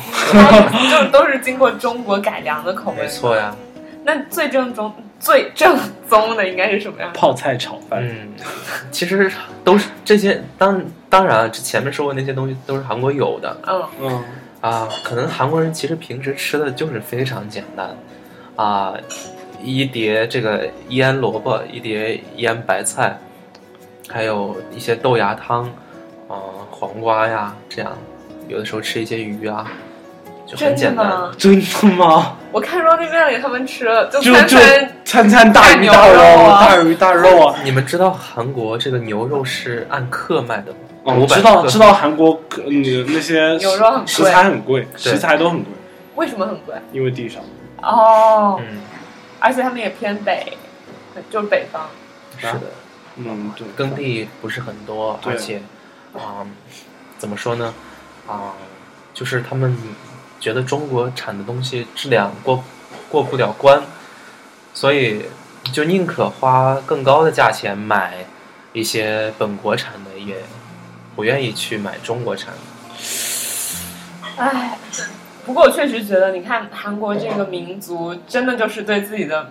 [SPEAKER 5] 就是都是经过中国改良的口味。
[SPEAKER 7] 没错呀，
[SPEAKER 5] 那最正宗、最正宗的应该是什么呀？
[SPEAKER 6] 泡菜炒
[SPEAKER 5] 哎
[SPEAKER 6] 饭，
[SPEAKER 7] 嗯，其实都是这些，当当然啊，这前面说过那些东西都是韩国有的
[SPEAKER 5] 嗯，
[SPEAKER 6] 嗯，
[SPEAKER 7] 啊，可能韩国人其实平时吃的就是非常简单啊，一碟这个腌萝卜，一碟腌白菜，还有一些豆芽汤，啊，黄瓜呀，这样，有的时候吃一些鱼啊，就很
[SPEAKER 5] 真的
[SPEAKER 7] 简单。
[SPEAKER 5] 吗？
[SPEAKER 6] 真的吗？
[SPEAKER 5] 我看 Rolling m e l o 他们吃了，就
[SPEAKER 6] 就
[SPEAKER 5] 三
[SPEAKER 6] 就
[SPEAKER 5] 餐
[SPEAKER 6] 餐餐大鱼大
[SPEAKER 5] 大牛肉
[SPEAKER 6] 肉，
[SPEAKER 5] 啊
[SPEAKER 6] 大鱼大肉啊！
[SPEAKER 7] 你们知道韩国这个牛肉是按克卖的吗？
[SPEAKER 6] 哦，我
[SPEAKER 7] 500
[SPEAKER 6] 知道
[SPEAKER 7] 克
[SPEAKER 6] 知道韩国可嗯那些
[SPEAKER 5] 牛肉很贵
[SPEAKER 6] 食材很贵，食材都很贵，
[SPEAKER 5] 为什么很贵？
[SPEAKER 6] 因为地上
[SPEAKER 5] 哦，
[SPEAKER 7] 嗯，
[SPEAKER 5] 而且他们也偏北，就是北方。
[SPEAKER 7] 是的，
[SPEAKER 6] 嗯，对，
[SPEAKER 7] 耕地不是很多，
[SPEAKER 6] 对
[SPEAKER 7] 而且，啊、怎么说呢？啊、就是他们觉得中国产的东西质量过过不了关，所以就宁可花更高的价钱买一些本国产的，也不愿意去买中国产的。
[SPEAKER 5] 唉，不过我确实觉得，你看韩国这个民族，真的就是对自己的。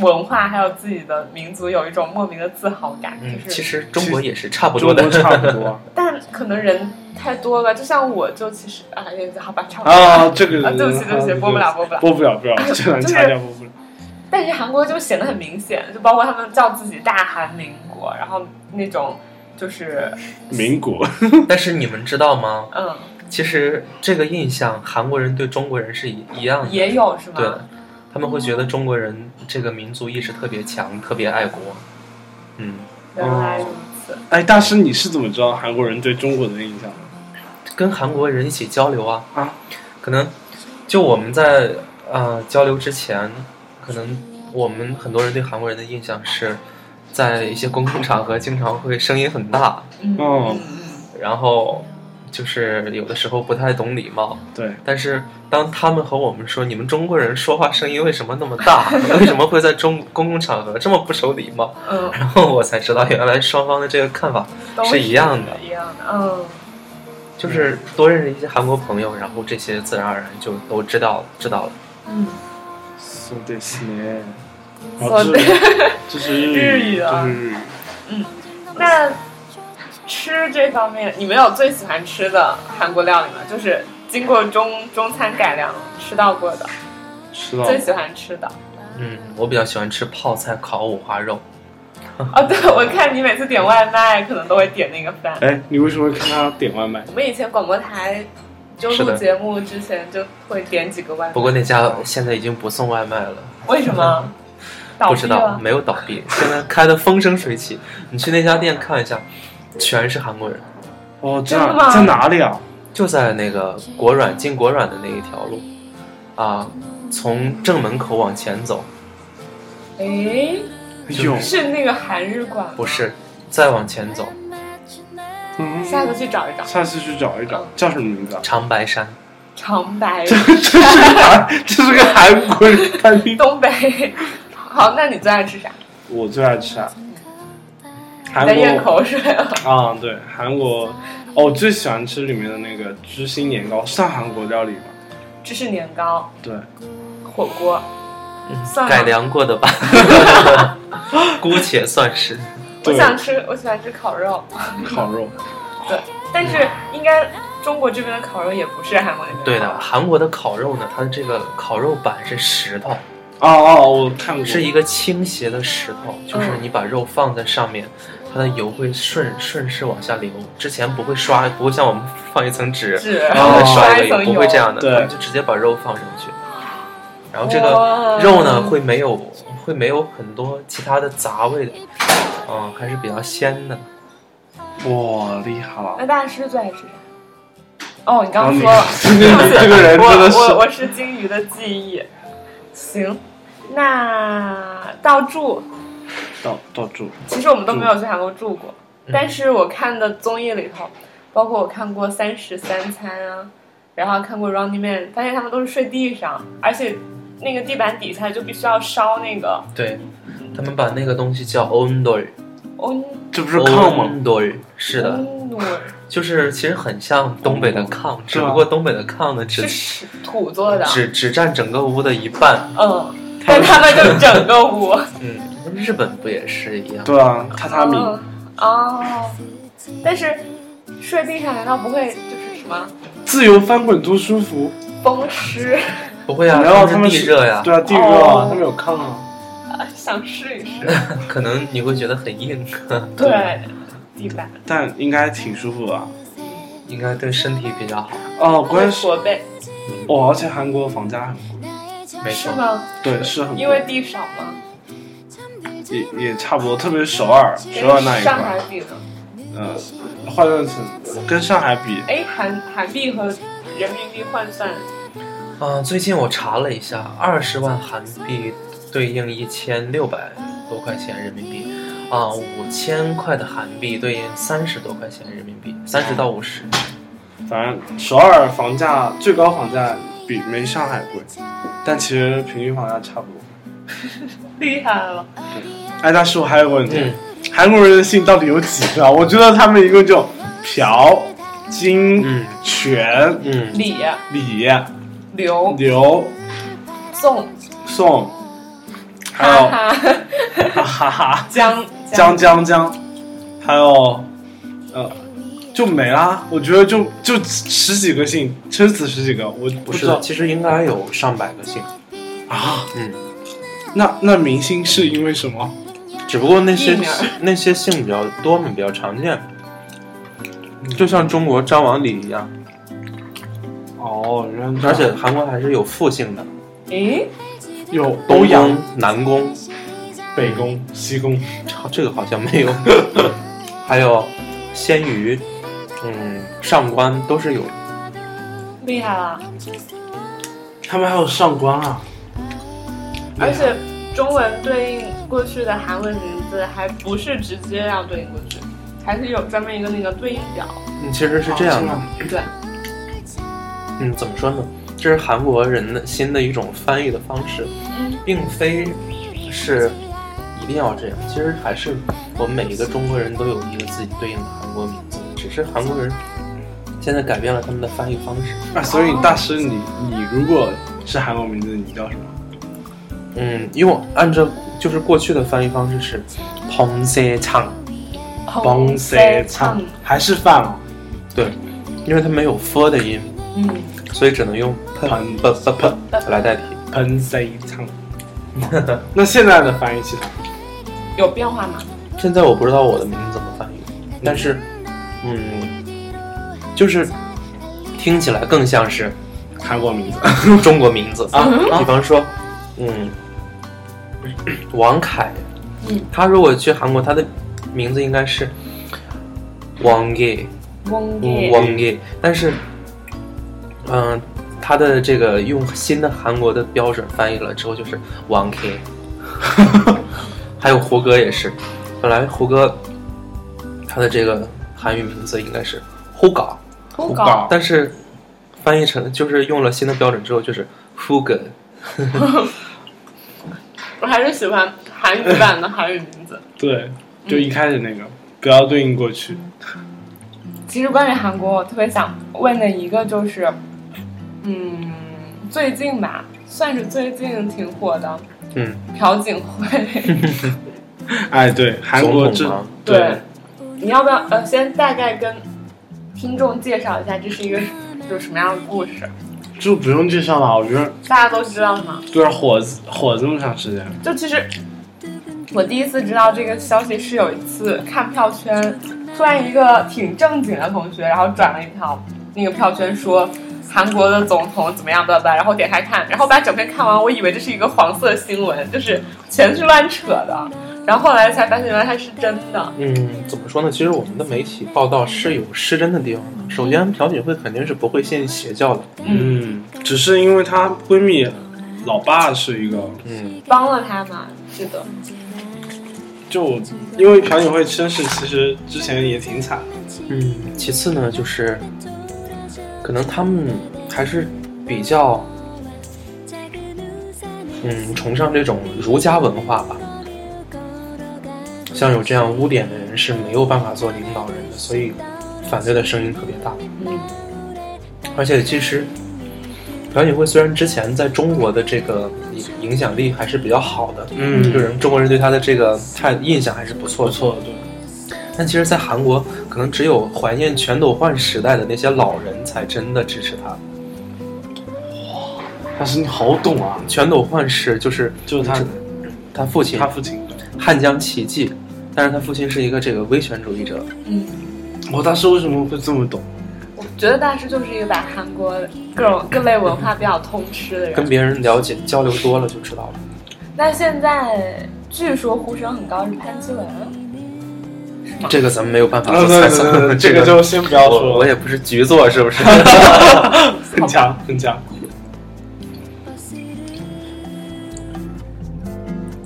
[SPEAKER 5] 文化还有自己的民族有一种莫名的自豪感，
[SPEAKER 7] 嗯，
[SPEAKER 5] 就是
[SPEAKER 7] 其实中国也是差不多
[SPEAKER 6] 中
[SPEAKER 7] 的
[SPEAKER 6] 国。
[SPEAKER 7] <laughs>
[SPEAKER 6] 差不多啊
[SPEAKER 5] <laughs> 但可能人太多了，就像我就其实啊，也好吧，差不多。
[SPEAKER 6] 啊，这个
[SPEAKER 5] 啊对不起对不起播不了播不了
[SPEAKER 6] 播不了，不了，这段
[SPEAKER 5] <laughs> 就是
[SPEAKER 6] 掐掉播不了。
[SPEAKER 5] 但是韩国就显得很明显，就包括他们叫自己大韩民国，然后那种就是
[SPEAKER 6] 民国，
[SPEAKER 7] 但是你们知道吗？
[SPEAKER 5] 嗯，
[SPEAKER 7] 其实这个印象，韩国人对中国人是一一样的。
[SPEAKER 5] 也有是吗？
[SPEAKER 7] 对，他们会觉得中国人这个民族意识特别强，特别爱国。嗯，
[SPEAKER 5] 原来如此。
[SPEAKER 6] 哎，大师，你是怎么知道韩国人对中国的印象的？
[SPEAKER 7] 跟韩国人一起交流啊，
[SPEAKER 6] 啊，
[SPEAKER 7] 可能就我们在呃交流之前，可能我们很多人对韩国人的印象是在一些公共场合经常会声音很大，
[SPEAKER 5] 嗯
[SPEAKER 6] 哦
[SPEAKER 5] 嗯，嗯
[SPEAKER 7] 然后就是有的时候不太懂礼貌。
[SPEAKER 6] 对，
[SPEAKER 7] 但是当他们和我们说你们中国人说话声音为什么那么大，为什么会在中公共场合这么不守礼貌？
[SPEAKER 5] 嗯，
[SPEAKER 7] 然后我才知道，原来双方的这个看法
[SPEAKER 5] 都
[SPEAKER 7] 是一样的，
[SPEAKER 5] 一样的。嗯，
[SPEAKER 7] 就是多认识一些韩国朋友，然后这些自然而然就都知道知道了。
[SPEAKER 5] 嗯，
[SPEAKER 6] そうですね。然后啊这
[SPEAKER 5] 哦对
[SPEAKER 6] 这是
[SPEAKER 5] 日
[SPEAKER 6] 语，
[SPEAKER 5] 语啊
[SPEAKER 6] 这是日语。
[SPEAKER 5] 那吃这方面，你们有最喜欢吃的韩国料理吗？就是经过中中餐改良吃到过的，
[SPEAKER 6] 吃到
[SPEAKER 5] 最喜欢吃的。
[SPEAKER 7] 嗯，我比较喜欢吃泡菜烤五花肉，
[SPEAKER 5] 哦，对，我看你每次点外卖，可能都会点那个饭。
[SPEAKER 6] 哎，你为什么会看他点外卖？
[SPEAKER 5] 我们以前广播台就是录
[SPEAKER 7] 的
[SPEAKER 5] 节目之前就会点几个外
[SPEAKER 7] 不
[SPEAKER 5] 卖，
[SPEAKER 7] 过那家现在已经不送外卖了，
[SPEAKER 5] 为什么？倒
[SPEAKER 7] 不
[SPEAKER 5] 闭
[SPEAKER 7] 知道
[SPEAKER 5] 了。
[SPEAKER 7] 没有倒闭，现在开的风生水起。你去那家店看一下，全是韩国人，
[SPEAKER 6] 哦，这
[SPEAKER 5] 真的吗
[SPEAKER 6] 样在哪里啊？
[SPEAKER 7] 就在那个国软进国软的那一条路，啊，从正门口往前走，
[SPEAKER 5] 哎，
[SPEAKER 6] 有，
[SPEAKER 5] 是那个韩日馆吗，
[SPEAKER 7] 不是，再往前走，
[SPEAKER 6] 嗯，
[SPEAKER 5] 下次去找一找
[SPEAKER 6] 下次去找一找，叫什么名字啊？ <laughs>
[SPEAKER 7] 长白山。
[SPEAKER 5] 长白
[SPEAKER 6] 这是个韩国人餐厅。
[SPEAKER 5] <laughs> 东北。好，那你最爱吃啥？
[SPEAKER 6] <laughs> 我最爱吃啊，韩
[SPEAKER 5] 在咽
[SPEAKER 6] 国
[SPEAKER 5] 口水了。
[SPEAKER 6] 啊，对，韩国，哦，我最喜欢吃里面的那个芝心年糕，算韩国料理吗？
[SPEAKER 5] 芝士年糕、
[SPEAKER 6] 对，
[SPEAKER 5] 火锅，算
[SPEAKER 7] 改
[SPEAKER 5] 了。
[SPEAKER 7] 良过 <laughs> 的吧，姑且算是。
[SPEAKER 5] 我
[SPEAKER 6] 对，
[SPEAKER 5] 想吃，我喜欢吃烤肉，
[SPEAKER 6] 烤肉，
[SPEAKER 5] 对，但是应该中国这边的烤肉也不是韩国那边
[SPEAKER 7] 对
[SPEAKER 5] 烤
[SPEAKER 7] 的，
[SPEAKER 5] 肉
[SPEAKER 7] 韩国的烤肉呢，它的这个烤肉板是石头，
[SPEAKER 6] <laughs> 哦哦，我看过，
[SPEAKER 7] 是一个倾斜的石头，就是你把肉放在上面，它的油会顺顺势往下流。之前不会刷，不会像我们放一层纸，
[SPEAKER 5] 纸
[SPEAKER 7] 然后再刷
[SPEAKER 5] 刷一
[SPEAKER 7] 一个
[SPEAKER 5] 层
[SPEAKER 7] 油，
[SPEAKER 5] 油
[SPEAKER 7] 不会这样的，
[SPEAKER 6] 对
[SPEAKER 7] 他们就直接把肉放上去。然后这个
[SPEAKER 5] 哇
[SPEAKER 7] 肉呢，会没有会没有很多其他的杂味的，嗯，还是比较鲜的。
[SPEAKER 6] 哇，厉害了
[SPEAKER 5] 那，大师最爱吃啥？哦，你刚刚
[SPEAKER 6] 你
[SPEAKER 5] 说了，
[SPEAKER 6] 这个
[SPEAKER 7] <laughs>
[SPEAKER 6] 人真的
[SPEAKER 5] 我我
[SPEAKER 6] 是
[SPEAKER 5] 我是金鱼的记忆。行，那到住，
[SPEAKER 6] 到到住，
[SPEAKER 5] 其实我们都没有去韩国住过，
[SPEAKER 6] 嗯
[SPEAKER 5] 但是我看的综艺里头，包括我看过《三十三餐》啊，然后看过《Running Man》，发现他们都是睡地上，而且那个地板底下就必须要烧那个
[SPEAKER 7] 对，他们把那个东西叫 ondol，
[SPEAKER 5] 温
[SPEAKER 6] 这不是
[SPEAKER 7] 哦
[SPEAKER 6] 炕吗？
[SPEAKER 7] ondol 是的，
[SPEAKER 5] 温暖，
[SPEAKER 7] 就是其实很像东北的炕，只不过东北的炕呢只
[SPEAKER 5] 是石土做的，
[SPEAKER 7] 只只占整个屋的一半。
[SPEAKER 5] 嗯，但他们就整个屋。
[SPEAKER 7] 嗯，日本不也是一样？
[SPEAKER 6] 对啊，榻榻米，
[SPEAKER 5] 哦哦，但是睡地上难道不会就是什么
[SPEAKER 6] 自由翻滚多舒服，
[SPEAKER 5] 风湿？ <laughs>
[SPEAKER 7] 不会啊，
[SPEAKER 6] 然后他
[SPEAKER 7] 他们
[SPEAKER 6] 们
[SPEAKER 7] 是地
[SPEAKER 6] 是
[SPEAKER 7] 热呀，
[SPEAKER 6] 对啊，地热啊
[SPEAKER 5] 哦，
[SPEAKER 6] 他们有炕啊，
[SPEAKER 5] 想试一试。
[SPEAKER 7] 可能你会觉得很硬， <laughs>
[SPEAKER 5] 对，地板
[SPEAKER 6] 但应该挺舒服吧？
[SPEAKER 7] 应该对身体比较好。
[SPEAKER 6] 哦，关系
[SPEAKER 5] 驼背
[SPEAKER 6] 哦，而且韩国房价很贵，
[SPEAKER 7] 没
[SPEAKER 5] 是
[SPEAKER 7] 错，
[SPEAKER 5] 吗？
[SPEAKER 6] 对，是很贵
[SPEAKER 5] 因为地少吗？
[SPEAKER 6] 也也差不多，特别是首尔，首尔那
[SPEAKER 5] 跟
[SPEAKER 6] 一
[SPEAKER 5] 上海
[SPEAKER 6] 块，
[SPEAKER 5] 比呢？
[SPEAKER 6] 嗯，换算成跟上海比，
[SPEAKER 5] 哎，韩韩币和人民币换算，
[SPEAKER 7] 啊、最近我查了一下，二十万韩币对应一千六百多块钱人民币，啊、五千块的韩币对应三十多块钱人民币，三十到五十。
[SPEAKER 6] 反正首尔房价最高房价比没上海贵，但其实平均房价差不多。
[SPEAKER 5] 厉害了！
[SPEAKER 6] 哎，但是我还有个问题，
[SPEAKER 7] 嗯
[SPEAKER 6] 韩国人的姓到底有几个啊？我觉得他们一共就朴、金、
[SPEAKER 7] 嗯
[SPEAKER 6] 全、
[SPEAKER 7] 嗯，
[SPEAKER 5] 李、啊
[SPEAKER 6] 李、
[SPEAKER 5] 刘、
[SPEAKER 6] 刘、哦
[SPEAKER 5] 宋、
[SPEAKER 6] 宋，还有
[SPEAKER 5] 哈哈、
[SPEAKER 6] 哈哈哈
[SPEAKER 5] 江、
[SPEAKER 6] 江江江，还有呃，就没啦。我觉得就就十几个姓，撑死十几个，我
[SPEAKER 7] 不
[SPEAKER 6] 知
[SPEAKER 7] 是
[SPEAKER 6] 道
[SPEAKER 7] 的，其实应该有上百个姓，
[SPEAKER 6] 啊。
[SPEAKER 7] 嗯，
[SPEAKER 6] 那那明星是因为什么？
[SPEAKER 7] 只不过那些
[SPEAKER 5] 艺名
[SPEAKER 7] 那些姓比较多嘛，比较常见，就像中国张王李一样，
[SPEAKER 6] 哦，原来
[SPEAKER 7] 而且韩国还是有复姓的，
[SPEAKER 5] 哎，
[SPEAKER 6] 有
[SPEAKER 7] 东
[SPEAKER 6] 欧阳
[SPEAKER 7] 阳、、南宫，
[SPEAKER 6] 北宫、西宫，
[SPEAKER 7] 这个好像没 <laughs> 有，还有鲜鱼，嗯，上官都是有。
[SPEAKER 5] 厉害了！
[SPEAKER 6] 他们还有上官啊。
[SPEAKER 5] 而且中文对应过去的韩文名字还不是直接要对应过去，还是有专门一个那个对应表。
[SPEAKER 7] 嗯，其实是这样的，
[SPEAKER 5] 对，
[SPEAKER 7] 嗯，怎么说呢？这是韩国人的新的一种翻译的方式，
[SPEAKER 5] 嗯，
[SPEAKER 7] 并非是一定要这样。其实还是我们每一个中国人都有一个自己对应的韩国名字，只是韩国人现在改变了他们的翻译方式。
[SPEAKER 6] 啊，所以大师你，你如果是韩国名字，你叫什么？
[SPEAKER 7] 嗯，因为我按照就是过去的翻译方式是彭塞唱，
[SPEAKER 5] 红
[SPEAKER 6] 塞唱，还是饭哦，
[SPEAKER 7] 对，因为它没有 f 的音，
[SPEAKER 5] 嗯，
[SPEAKER 7] 所以只能用 p p p p 来代替。
[SPEAKER 6] 彭塞 <laughs> 唱。那现在的翻译系统，
[SPEAKER 5] 有变化吗？
[SPEAKER 7] 现在我不知道我的名字怎么翻译，但是，嗯，就是听起来更像是 <coughs>
[SPEAKER 6] 韩国名字，
[SPEAKER 7] 中国名字啊。比方说，嗯，王凯，
[SPEAKER 5] 嗯，
[SPEAKER 7] 他如果去韩国，他的名字应该是王给
[SPEAKER 5] 翁
[SPEAKER 7] 王给，但是，嗯、他的这个用新的韩国的标准翻译了之后，就是王 K，还有胡歌也是，本来胡歌他的这个韩语名字应该是胡搞，
[SPEAKER 5] 不
[SPEAKER 6] 胡搞
[SPEAKER 5] 搞，
[SPEAKER 7] 但是翻译成就是用了新的标准之后就是胡歌，
[SPEAKER 5] 我还是喜欢韩语版的韩语名字。
[SPEAKER 6] 对，就一开始那个，不要对应过去。
[SPEAKER 5] 其实关于韩国，我特别想问的一个就是，嗯，最近吧，算是最近挺火的
[SPEAKER 7] 嗯，
[SPEAKER 5] 朴槿惠，
[SPEAKER 6] 哎，对，韩国
[SPEAKER 7] 总
[SPEAKER 6] 这
[SPEAKER 7] 统吗
[SPEAKER 6] 对，
[SPEAKER 5] 你要不要呃，先大概跟听众介绍一下这是一个有什么样的故事？
[SPEAKER 6] 就不用介绍了，我觉得
[SPEAKER 5] 大家都知道吗？
[SPEAKER 6] 就是火火这么长时间，
[SPEAKER 5] 就其实我第一次知道这个消息是有一次看票圈，突然一个挺正经的同学，然后转了一条那个票圈说。韩国的总统怎么样？吧吧，然后点开看，然后把整篇看完，我以为这是一个黄色新闻，就是全是乱扯的。然后后来才发现，原来它是真的。
[SPEAKER 7] 嗯，怎么说呢？其实我们的媒体报道是有失真的地方的。首先，朴槿惠肯定是不会信邪教的，
[SPEAKER 6] 嗯，只是因为她闺蜜老爸是一个，
[SPEAKER 7] 嗯，
[SPEAKER 5] 帮了他嘛？是的，
[SPEAKER 6] 就因为朴槿惠身世其实之前也挺惨，
[SPEAKER 7] 嗯，其次呢，就是可能他们还是比较，嗯，崇尚这种儒家文化吧。像有这样污点的人是没有办法做领导人的，所以反对的声音特别大。
[SPEAKER 5] 嗯，
[SPEAKER 7] 而且其实朴槿惠虽然之前在中国的这个影影响力还是比较好的，
[SPEAKER 6] 嗯
[SPEAKER 7] 就是中国人对她的这个态印象还是不错
[SPEAKER 6] 不
[SPEAKER 7] 的。
[SPEAKER 6] 错，对，
[SPEAKER 7] 但其实，在韩国，可能只有怀念全斗焕时代的那些老人才真的支持他。
[SPEAKER 6] 但是你好懂啊，
[SPEAKER 7] 全斗焕是就是
[SPEAKER 6] 就是他
[SPEAKER 7] 他父亲
[SPEAKER 6] 他父亲，
[SPEAKER 7] 汉江奇迹，但是他父亲是一个这个威权主义者。
[SPEAKER 6] 我当时为什么会这么懂？
[SPEAKER 5] 我觉得大师就是一个把韩国各种各类文化比较通吃的人。
[SPEAKER 7] 跟别人了解交流多了就知道了。
[SPEAKER 5] 那现在据说呼声很高是潘基文，
[SPEAKER 7] 这个咱们没有办法
[SPEAKER 6] 啊
[SPEAKER 7] 做
[SPEAKER 6] 对
[SPEAKER 7] 猜
[SPEAKER 6] <laughs> 对对
[SPEAKER 7] <laughs> 测，
[SPEAKER 6] 对，这个就先不要说了，
[SPEAKER 7] 我我也不是局座，是
[SPEAKER 6] <laughs>
[SPEAKER 7] 不是？
[SPEAKER 6] 很强很强，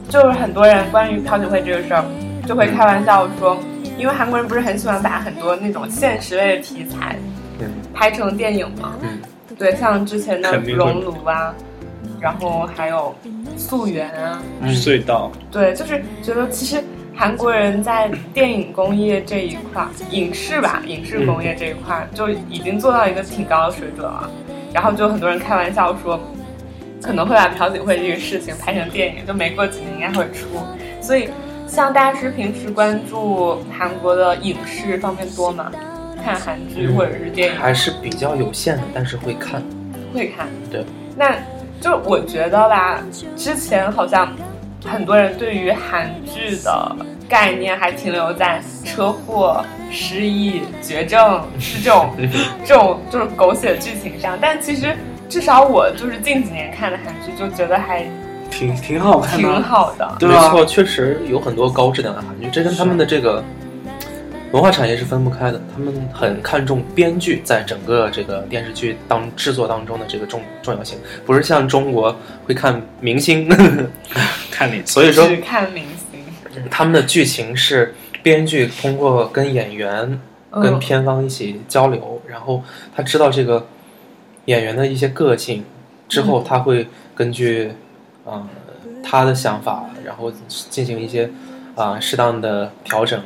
[SPEAKER 5] 就是很多人关于朴槿惠这个事儿就会开玩笑说，因为韩国人不是很喜欢把很多那种现实类的题材
[SPEAKER 7] 嗯
[SPEAKER 5] 拍成电影嘛，
[SPEAKER 7] 嗯
[SPEAKER 5] 对，像之前的
[SPEAKER 6] 肯
[SPEAKER 5] 《
[SPEAKER 6] 定会
[SPEAKER 5] 熔炉》啊，然后还有《溯源》啊，
[SPEAKER 7] 嗯
[SPEAKER 6] 隧道，
[SPEAKER 5] 对，就是觉得其实韩国人在电影工业这一块儿，影视吧，影视工业这一块儿就已经做到一个挺高的水准了。然后就很多人开玩笑说，可能会把朴槿惠这个事情拍成电影，就没过几年应该会出。所以，像大师平时关注韩国的影视方面多吗？看韩剧或者是电影
[SPEAKER 7] 还是比较有限的，但是会看。
[SPEAKER 5] 会看。
[SPEAKER 7] 对，
[SPEAKER 5] 那就是我觉得吧，之前好像很多人对于韩剧的概念还停留在车祸、失忆、绝症是这
[SPEAKER 7] <laughs>
[SPEAKER 5] 种这种就是狗血剧情上，但其实至少我就是近几年看的韩剧，就觉得还
[SPEAKER 6] 挺挺好看
[SPEAKER 5] 挺
[SPEAKER 6] 的，
[SPEAKER 7] <laughs>
[SPEAKER 5] 好的。
[SPEAKER 6] 对啊
[SPEAKER 7] 没
[SPEAKER 6] 吧？
[SPEAKER 7] 错，确实有很多高质量的韩剧，这跟他们的这个文化产业是分不开的。他们很看重编剧在整个这个电视剧当制作当中的这个重重要性，不是像中国会看明星， <laughs>
[SPEAKER 6] 看脸，
[SPEAKER 7] 所以说
[SPEAKER 5] 只看明星，
[SPEAKER 7] 他们的剧情是编剧通过跟演员、跟
[SPEAKER 5] 嗯
[SPEAKER 7] 片方一起交流，然后他知道这个演员的一些个性之
[SPEAKER 5] 嗯
[SPEAKER 7] 后，他会根据啊、呃他的想法，然后进行一些啊、适当的调整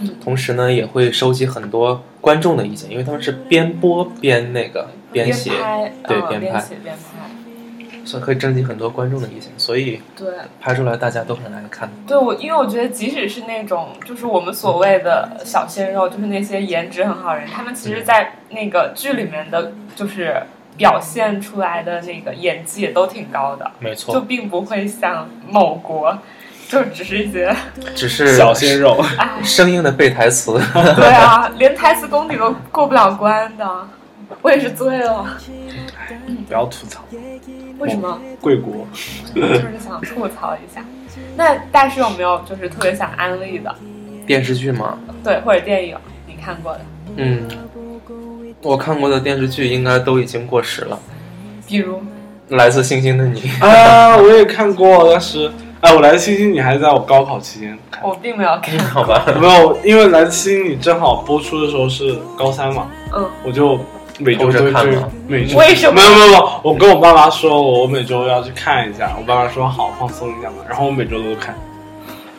[SPEAKER 5] 嗯。
[SPEAKER 7] 同时呢，也会收集很多观众的意见，因为他们是边播边那个
[SPEAKER 5] 边
[SPEAKER 7] 写，
[SPEAKER 5] 拍，
[SPEAKER 7] 对
[SPEAKER 5] 嗯
[SPEAKER 7] 边
[SPEAKER 5] 边
[SPEAKER 7] 拍
[SPEAKER 5] 写边拍。
[SPEAKER 7] 所以可以征集很多观众的意见，所以
[SPEAKER 5] 对
[SPEAKER 7] 拍出来大家都很爱看。
[SPEAKER 5] 对，我因为我觉得即使是那种就是我们所谓的小鲜肉，就是那些颜值很好的人，他们其实，在那个剧里面的，就是表现出来的那个演技也都挺高的，
[SPEAKER 7] 没
[SPEAKER 5] 就，并不会像某国，就只是一些
[SPEAKER 7] 只
[SPEAKER 6] <laughs>
[SPEAKER 7] 是
[SPEAKER 6] 小鲜肉，
[SPEAKER 7] 生硬的背台词。 <laughs>
[SPEAKER 5] 对啊，连台词功底都过不了关的，我也是醉了。
[SPEAKER 6] 哎不要吐槽
[SPEAKER 5] 为什么？
[SPEAKER 6] 贵国。
[SPEAKER 5] <laughs> 就是想吐槽一下。那大师有没有就是特别想安利的，
[SPEAKER 7] 电视剧吗？
[SPEAKER 5] 对，或者电影你看过的？
[SPEAKER 7] 嗯，我看过的电视剧应该都已经过时了，
[SPEAKER 5] 比如，
[SPEAKER 7] 《来自星星的你》
[SPEAKER 6] 啊，我也看过，当时，哎，我来自星星，你还在我高考期间看，
[SPEAKER 5] 我并没有
[SPEAKER 7] <laughs>
[SPEAKER 5] 看。
[SPEAKER 7] <laughs> 好吧？
[SPEAKER 6] 没有，因为来自星星你正好播出的时候是高三嘛，
[SPEAKER 5] 嗯，
[SPEAKER 6] 我就每周都
[SPEAKER 7] 偷
[SPEAKER 6] 会
[SPEAKER 7] 着看
[SPEAKER 6] 追
[SPEAKER 7] 吗，
[SPEAKER 6] 每周
[SPEAKER 5] 为什么
[SPEAKER 6] 没有没有没有，我跟我爸妈说，我每周要去看一下，我爸妈说好，放松一下嘛，然后我每周都看，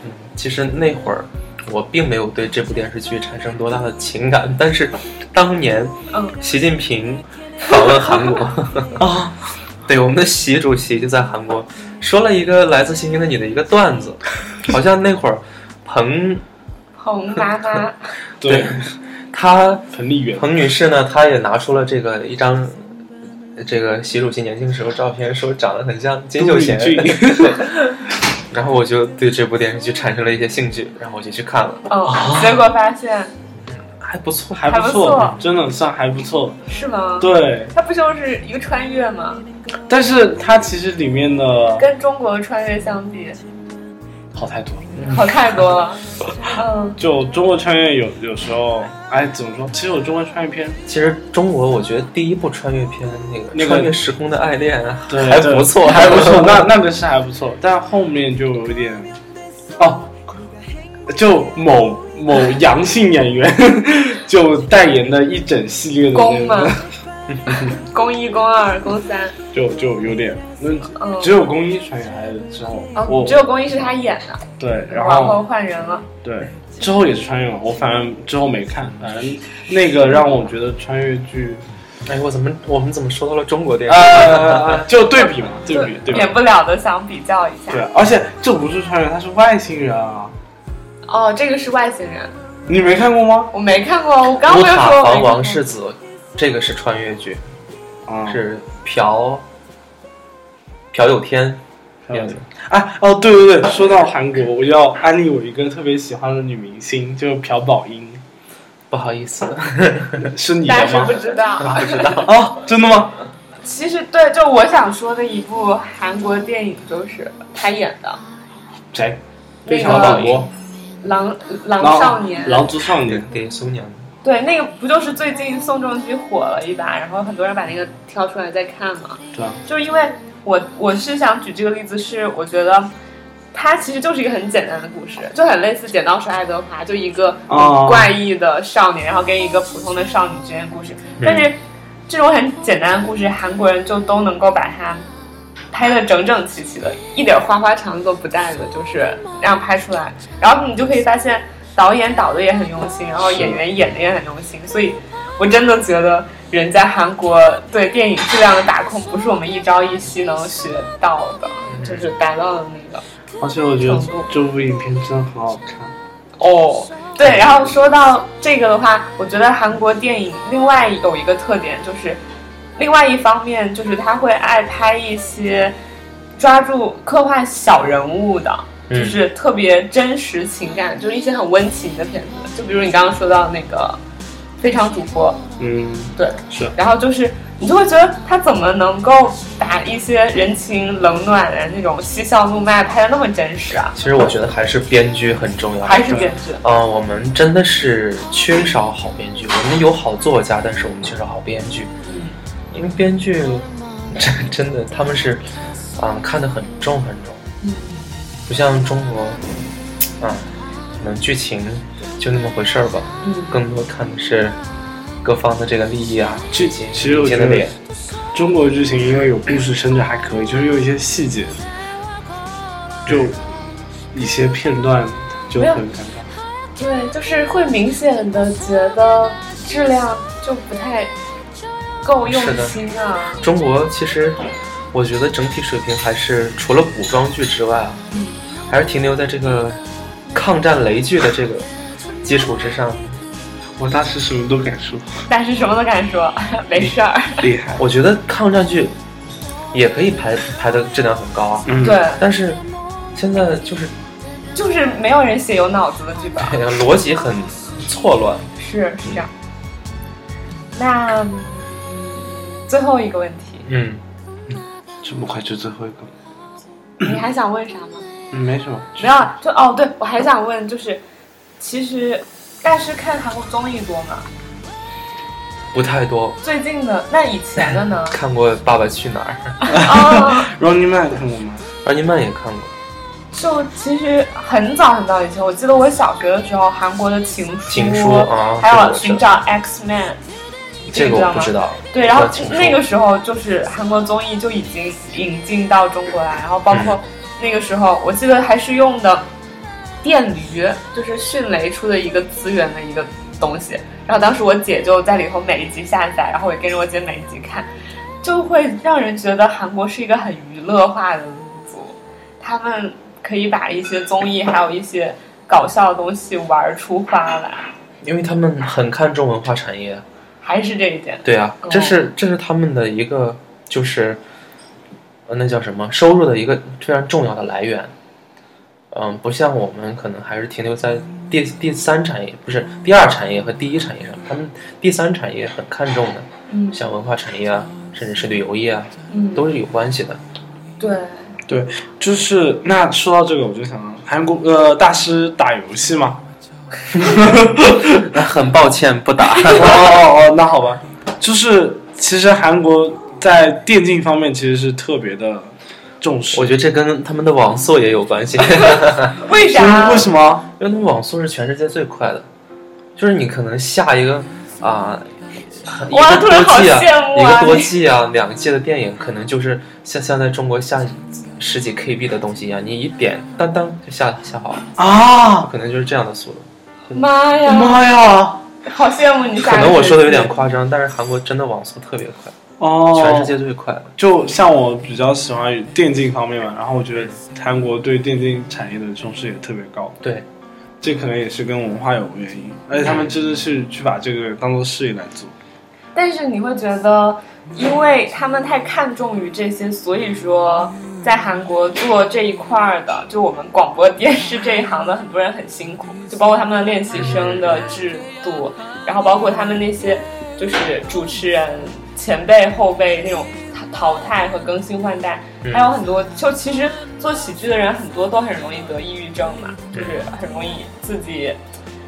[SPEAKER 7] 嗯，其实那会儿我并没有对这部电视剧产生多大的情感，但是当年
[SPEAKER 5] 嗯
[SPEAKER 7] 习近平访问韩国啊，对，我们的习主席就在韩国说了一个来自星星的你的一个段子，好像那会儿彭
[SPEAKER 5] 彭
[SPEAKER 6] <laughs>
[SPEAKER 5] 妈妈，
[SPEAKER 6] 对，
[SPEAKER 7] 她
[SPEAKER 6] 彭丽媛，
[SPEAKER 7] 彭女士呢，她也拿出了这个一张。这个习主席年轻时候照片说长得很像金秀贤，
[SPEAKER 6] 都敏俊
[SPEAKER 7] <laughs> 然后我就对这部电视剧产生了一些兴趣，然后我就去看了，
[SPEAKER 5] 嗯，
[SPEAKER 6] 啊
[SPEAKER 5] 结果发现
[SPEAKER 7] 还不错，
[SPEAKER 6] 还
[SPEAKER 5] 还不
[SPEAKER 6] 错
[SPEAKER 5] 错，
[SPEAKER 6] 真的算还不错，
[SPEAKER 5] 是吗？，
[SPEAKER 6] 对，
[SPEAKER 5] 它不就是一个穿越吗？
[SPEAKER 6] 但是它其实里面的
[SPEAKER 5] 跟中国的穿越相比，
[SPEAKER 6] 好太多了。
[SPEAKER 5] 好太
[SPEAKER 6] <laughs>
[SPEAKER 5] 多了。嗯，
[SPEAKER 6] 就中国穿越有有时候，哎，怎么说？其实我中国穿越片
[SPEAKER 7] 其实中国，我觉得第一部穿越片那个《
[SPEAKER 6] 那个
[SPEAKER 7] 穿越时空的爱恋》啊
[SPEAKER 6] 对
[SPEAKER 7] 还不错，
[SPEAKER 6] 还不
[SPEAKER 7] <laughs>
[SPEAKER 6] 错， <laughs> 那那个是还不错，但后面就有点，哦，就某某阳性演员 <laughs> 就代言的一整系列的
[SPEAKER 5] 宫吗
[SPEAKER 6] 那个，？
[SPEAKER 5] 宫一、宫二、宫三，
[SPEAKER 6] <laughs> 就就有点，那
[SPEAKER 5] 嗯，
[SPEAKER 6] 只有公一穿越来了之后，
[SPEAKER 5] 哦
[SPEAKER 6] 我，哦
[SPEAKER 5] 只有宫一是他演的，
[SPEAKER 6] 对，然
[SPEAKER 5] 然后
[SPEAKER 6] 后
[SPEAKER 5] 换人了。
[SPEAKER 6] 对之后也是穿越嘛，我反正之后没看，反正那个让我觉得穿越剧，
[SPEAKER 7] 哎，我怎么我们怎么说到了中国电视？
[SPEAKER 6] 呃，就对比嘛，对比对比。
[SPEAKER 5] 就免不了的想比较一下
[SPEAKER 6] 对。，啊而且这不是穿越，他是外星人啊！
[SPEAKER 5] 哦，这个是外星人，
[SPEAKER 6] 你没看过吗？
[SPEAKER 5] 我没看过，我刚刚
[SPEAKER 7] 乌
[SPEAKER 5] 不是
[SPEAKER 7] 塔
[SPEAKER 5] 说我
[SPEAKER 7] 防
[SPEAKER 5] 没
[SPEAKER 7] 王
[SPEAKER 5] 看过
[SPEAKER 7] 世子，这个是穿越剧，
[SPEAKER 6] 啊
[SPEAKER 7] 是朴朴有天演的。
[SPEAKER 6] 哎哦，对对对，说到韩国，我要安利我一个特别喜欢的女明星，就是朴宝
[SPEAKER 7] <laughs>
[SPEAKER 6] 英，
[SPEAKER 7] 不好意思，
[SPEAKER 6] 是你
[SPEAKER 5] 但
[SPEAKER 6] 的
[SPEAKER 5] 是
[SPEAKER 6] 吗
[SPEAKER 5] 不？
[SPEAKER 6] <laughs>
[SPEAKER 5] 知道。
[SPEAKER 7] 不知道。
[SPEAKER 6] 啊，真的吗？
[SPEAKER 5] 其实对，就我想说的一部韩国电影就是他演的
[SPEAKER 6] 谁？
[SPEAKER 5] 那
[SPEAKER 6] 非常好
[SPEAKER 5] 个
[SPEAKER 6] 国
[SPEAKER 5] 《狼狼
[SPEAKER 6] 狼
[SPEAKER 5] 少年》。
[SPEAKER 6] 狼族
[SPEAKER 7] <laughs>
[SPEAKER 6] 少
[SPEAKER 7] 对
[SPEAKER 6] 年，
[SPEAKER 7] 对，苏娘。
[SPEAKER 5] 对，那个不就是最近宋仲基火了一把，然后很多人把那个挑出来再看嘛。
[SPEAKER 6] 对啊，
[SPEAKER 5] 就是因为我我是想举这个例子，是我觉得它其实就是一个很简单的故事，就很类似《剪刀手爱德华》，就一个
[SPEAKER 6] 哦
[SPEAKER 5] 很怪异的少年，然后跟一个普通的少女之间的故事。但
[SPEAKER 6] 嗯
[SPEAKER 5] 是这种很简单的故事，韩国人就都能够把它。拍的整整齐齐的，一点花花肠子都不带的，就是那样拍出来。然后你就可以发现，导演导的也很用心，然后
[SPEAKER 6] 是
[SPEAKER 5] 演员演的也很用心，所以我真的觉得人家韩国对电影质量的把控，不是我们一朝一夕能学到的，就是达到的那个。
[SPEAKER 6] 而且我觉得
[SPEAKER 5] 成都
[SPEAKER 6] 这部影片真的很好看。
[SPEAKER 5] 哦，对，然后说到这个的话，我觉得韩国电影另外有一个特点就是，另外一方面就是他会爱拍一些抓住刻画小人物的，
[SPEAKER 7] 嗯
[SPEAKER 5] 就是特别真实情感，就是一些很温情的片子，就比如你刚刚说到那个《非常主播》，
[SPEAKER 6] 嗯，
[SPEAKER 5] 对，
[SPEAKER 6] 是
[SPEAKER 5] 然后就是你就会觉得他怎么能够把一些人情冷暖的那种嬉笑怒骂拍的那么真实啊？
[SPEAKER 7] 其实我觉得还是编剧很重要，
[SPEAKER 5] 还是编剧？
[SPEAKER 7] 呃，我们真的是缺少好编剧。我们有好作家，但是我们缺少好编剧。
[SPEAKER 5] 嗯
[SPEAKER 7] 因为编剧真真的他们是，嗯、看得很重很重。
[SPEAKER 5] 嗯
[SPEAKER 7] 不像中国，啊、可能剧情就那么回事儿吧。
[SPEAKER 5] 嗯
[SPEAKER 7] 更多看的是各方的这个利益啊，
[SPEAKER 6] 其
[SPEAKER 7] 以及
[SPEAKER 6] 其实我
[SPEAKER 7] 民间
[SPEAKER 6] 觉
[SPEAKER 7] 的
[SPEAKER 6] 得
[SPEAKER 7] 脸。
[SPEAKER 6] 中国剧情因为有故事甚至还可以，就是有一些细节，就一些片段就
[SPEAKER 5] 没有
[SPEAKER 6] 很尴尬。
[SPEAKER 5] 对，就是会明显的觉得质量就不太够用心啊。
[SPEAKER 7] 中国其实我觉得整体水平还是除了古装剧之外啊，还是停留在这个抗战雷剧的这个基础之上。
[SPEAKER 6] 我当时什么都敢说，
[SPEAKER 5] 但是什么都敢说， <laughs> 没事儿。
[SPEAKER 6] 厉害。
[SPEAKER 7] 我觉得抗战剧也可以排排的质量很高啊，
[SPEAKER 6] 嗯，
[SPEAKER 5] <laughs> 对，
[SPEAKER 7] 但是现在就是
[SPEAKER 5] 就是没有人写有脑子的
[SPEAKER 7] <laughs>
[SPEAKER 5] 剧本，
[SPEAKER 7] 哎呀逻辑很错乱。
[SPEAKER 5] 是是这样。那嗯最后一个问题，
[SPEAKER 7] 嗯，
[SPEAKER 6] 这么快就最后一个，
[SPEAKER 5] 你还想问啥吗？
[SPEAKER 6] 嗯，没什么。
[SPEAKER 5] 没有啊，就哦，对我还想问，就是其实大师看韩国综艺多吗？
[SPEAKER 7] 不太多。？
[SPEAKER 5] 最近的那以前的呢
[SPEAKER 7] 看过《爸爸去哪儿
[SPEAKER 5] 哦，
[SPEAKER 6] Running Man 看过吗？》，
[SPEAKER 7] 二尼曼也看过
[SPEAKER 5] 就其实很早很早以前，我记得我小学的时候，韩国的情书，
[SPEAKER 7] 《情书》啊，
[SPEAKER 5] 还
[SPEAKER 7] 这个
[SPEAKER 5] 有
[SPEAKER 7] 我知
[SPEAKER 5] 寻
[SPEAKER 7] 道
[SPEAKER 5] 找 X Man，
[SPEAKER 7] 这个我不知道。
[SPEAKER 5] 对，然后
[SPEAKER 7] 情书
[SPEAKER 5] 那个时候就是韩国综艺就已经引进到中国来，然后包括那个时候，我记得还是用的电驴，就是迅雷出的一个资源的一个东西。然后当时我姐就在里头每一集下载，然后我也跟着我姐每一集看，就会让人觉得韩国是一个很娱乐化的民族，他们可以把一些综艺还有一些搞笑的东西玩出花来，
[SPEAKER 7] 因为他们很看重文化产业。啊
[SPEAKER 5] 还是这一点。
[SPEAKER 7] 对啊
[SPEAKER 5] 哦，
[SPEAKER 7] 这是这是他们的一个就是，呃，那叫什么收入的一个非常重要的来源。嗯，不像我们可能还是停留在第第三产业，不是
[SPEAKER 5] 嗯
[SPEAKER 7] 第二产业和第一产业上，他们第三产业很看重的，
[SPEAKER 5] 嗯
[SPEAKER 7] 像文化产业啊，甚至是旅游业啊，
[SPEAKER 5] 嗯，
[SPEAKER 7] 都是有关系的。
[SPEAKER 5] 对，
[SPEAKER 6] 就是那说到这个，我就想到韩国呃大师打游戏吗？
[SPEAKER 7] 那很抱歉不 <laughs> 打，
[SPEAKER 6] 哦哦哦，那好吧，就是其实韩国在电竞方面其实是特别的重视。
[SPEAKER 7] 我觉得这跟他们的网速也有关 <laughs> 系。
[SPEAKER 5] 为
[SPEAKER 6] 嗯
[SPEAKER 5] 啥？
[SPEAKER 6] 为什么？
[SPEAKER 7] 因为他们网速是全世界最快的，就是你可能下一个啊、一
[SPEAKER 5] 哇
[SPEAKER 7] 个
[SPEAKER 5] 突然
[SPEAKER 7] 多
[SPEAKER 5] 好
[SPEAKER 7] 季啊，
[SPEAKER 5] 羡慕
[SPEAKER 7] 一
[SPEAKER 5] 啊
[SPEAKER 7] 个多季啊，两个季的电影，可能就是像像在中国下十几 KB 的东西一样，你一点当当就下下好了，
[SPEAKER 6] 啊，
[SPEAKER 7] 可能就是这样的速度。
[SPEAKER 5] 妈呀！
[SPEAKER 6] 妈呀！
[SPEAKER 5] 好羡慕你下一
[SPEAKER 7] 可
[SPEAKER 5] 个
[SPEAKER 7] 能我说的有点夸张，但是韩国真的网速特别快，
[SPEAKER 6] 哦，
[SPEAKER 7] 全世界最快的。
[SPEAKER 6] 就像我比较喜欢电竞方面嘛，然后我觉得韩国对电竞产业的重视也特别高，
[SPEAKER 7] 对，
[SPEAKER 6] 这可能也是跟文化有原因，而且他们真的是去把这个当做事业来做。
[SPEAKER 5] 但是你会觉得，因为他们太看重于这些，所以说在韩国做这一块儿的，就我们广播电视这一行的很多人很辛苦，就包括他们的练习生的制度，然后包括他们那些就是主持人前辈后辈那种淘汰和更新换代，还有很多就其实做喜剧的人很多都很容易得抑郁症嘛，就是很容易自己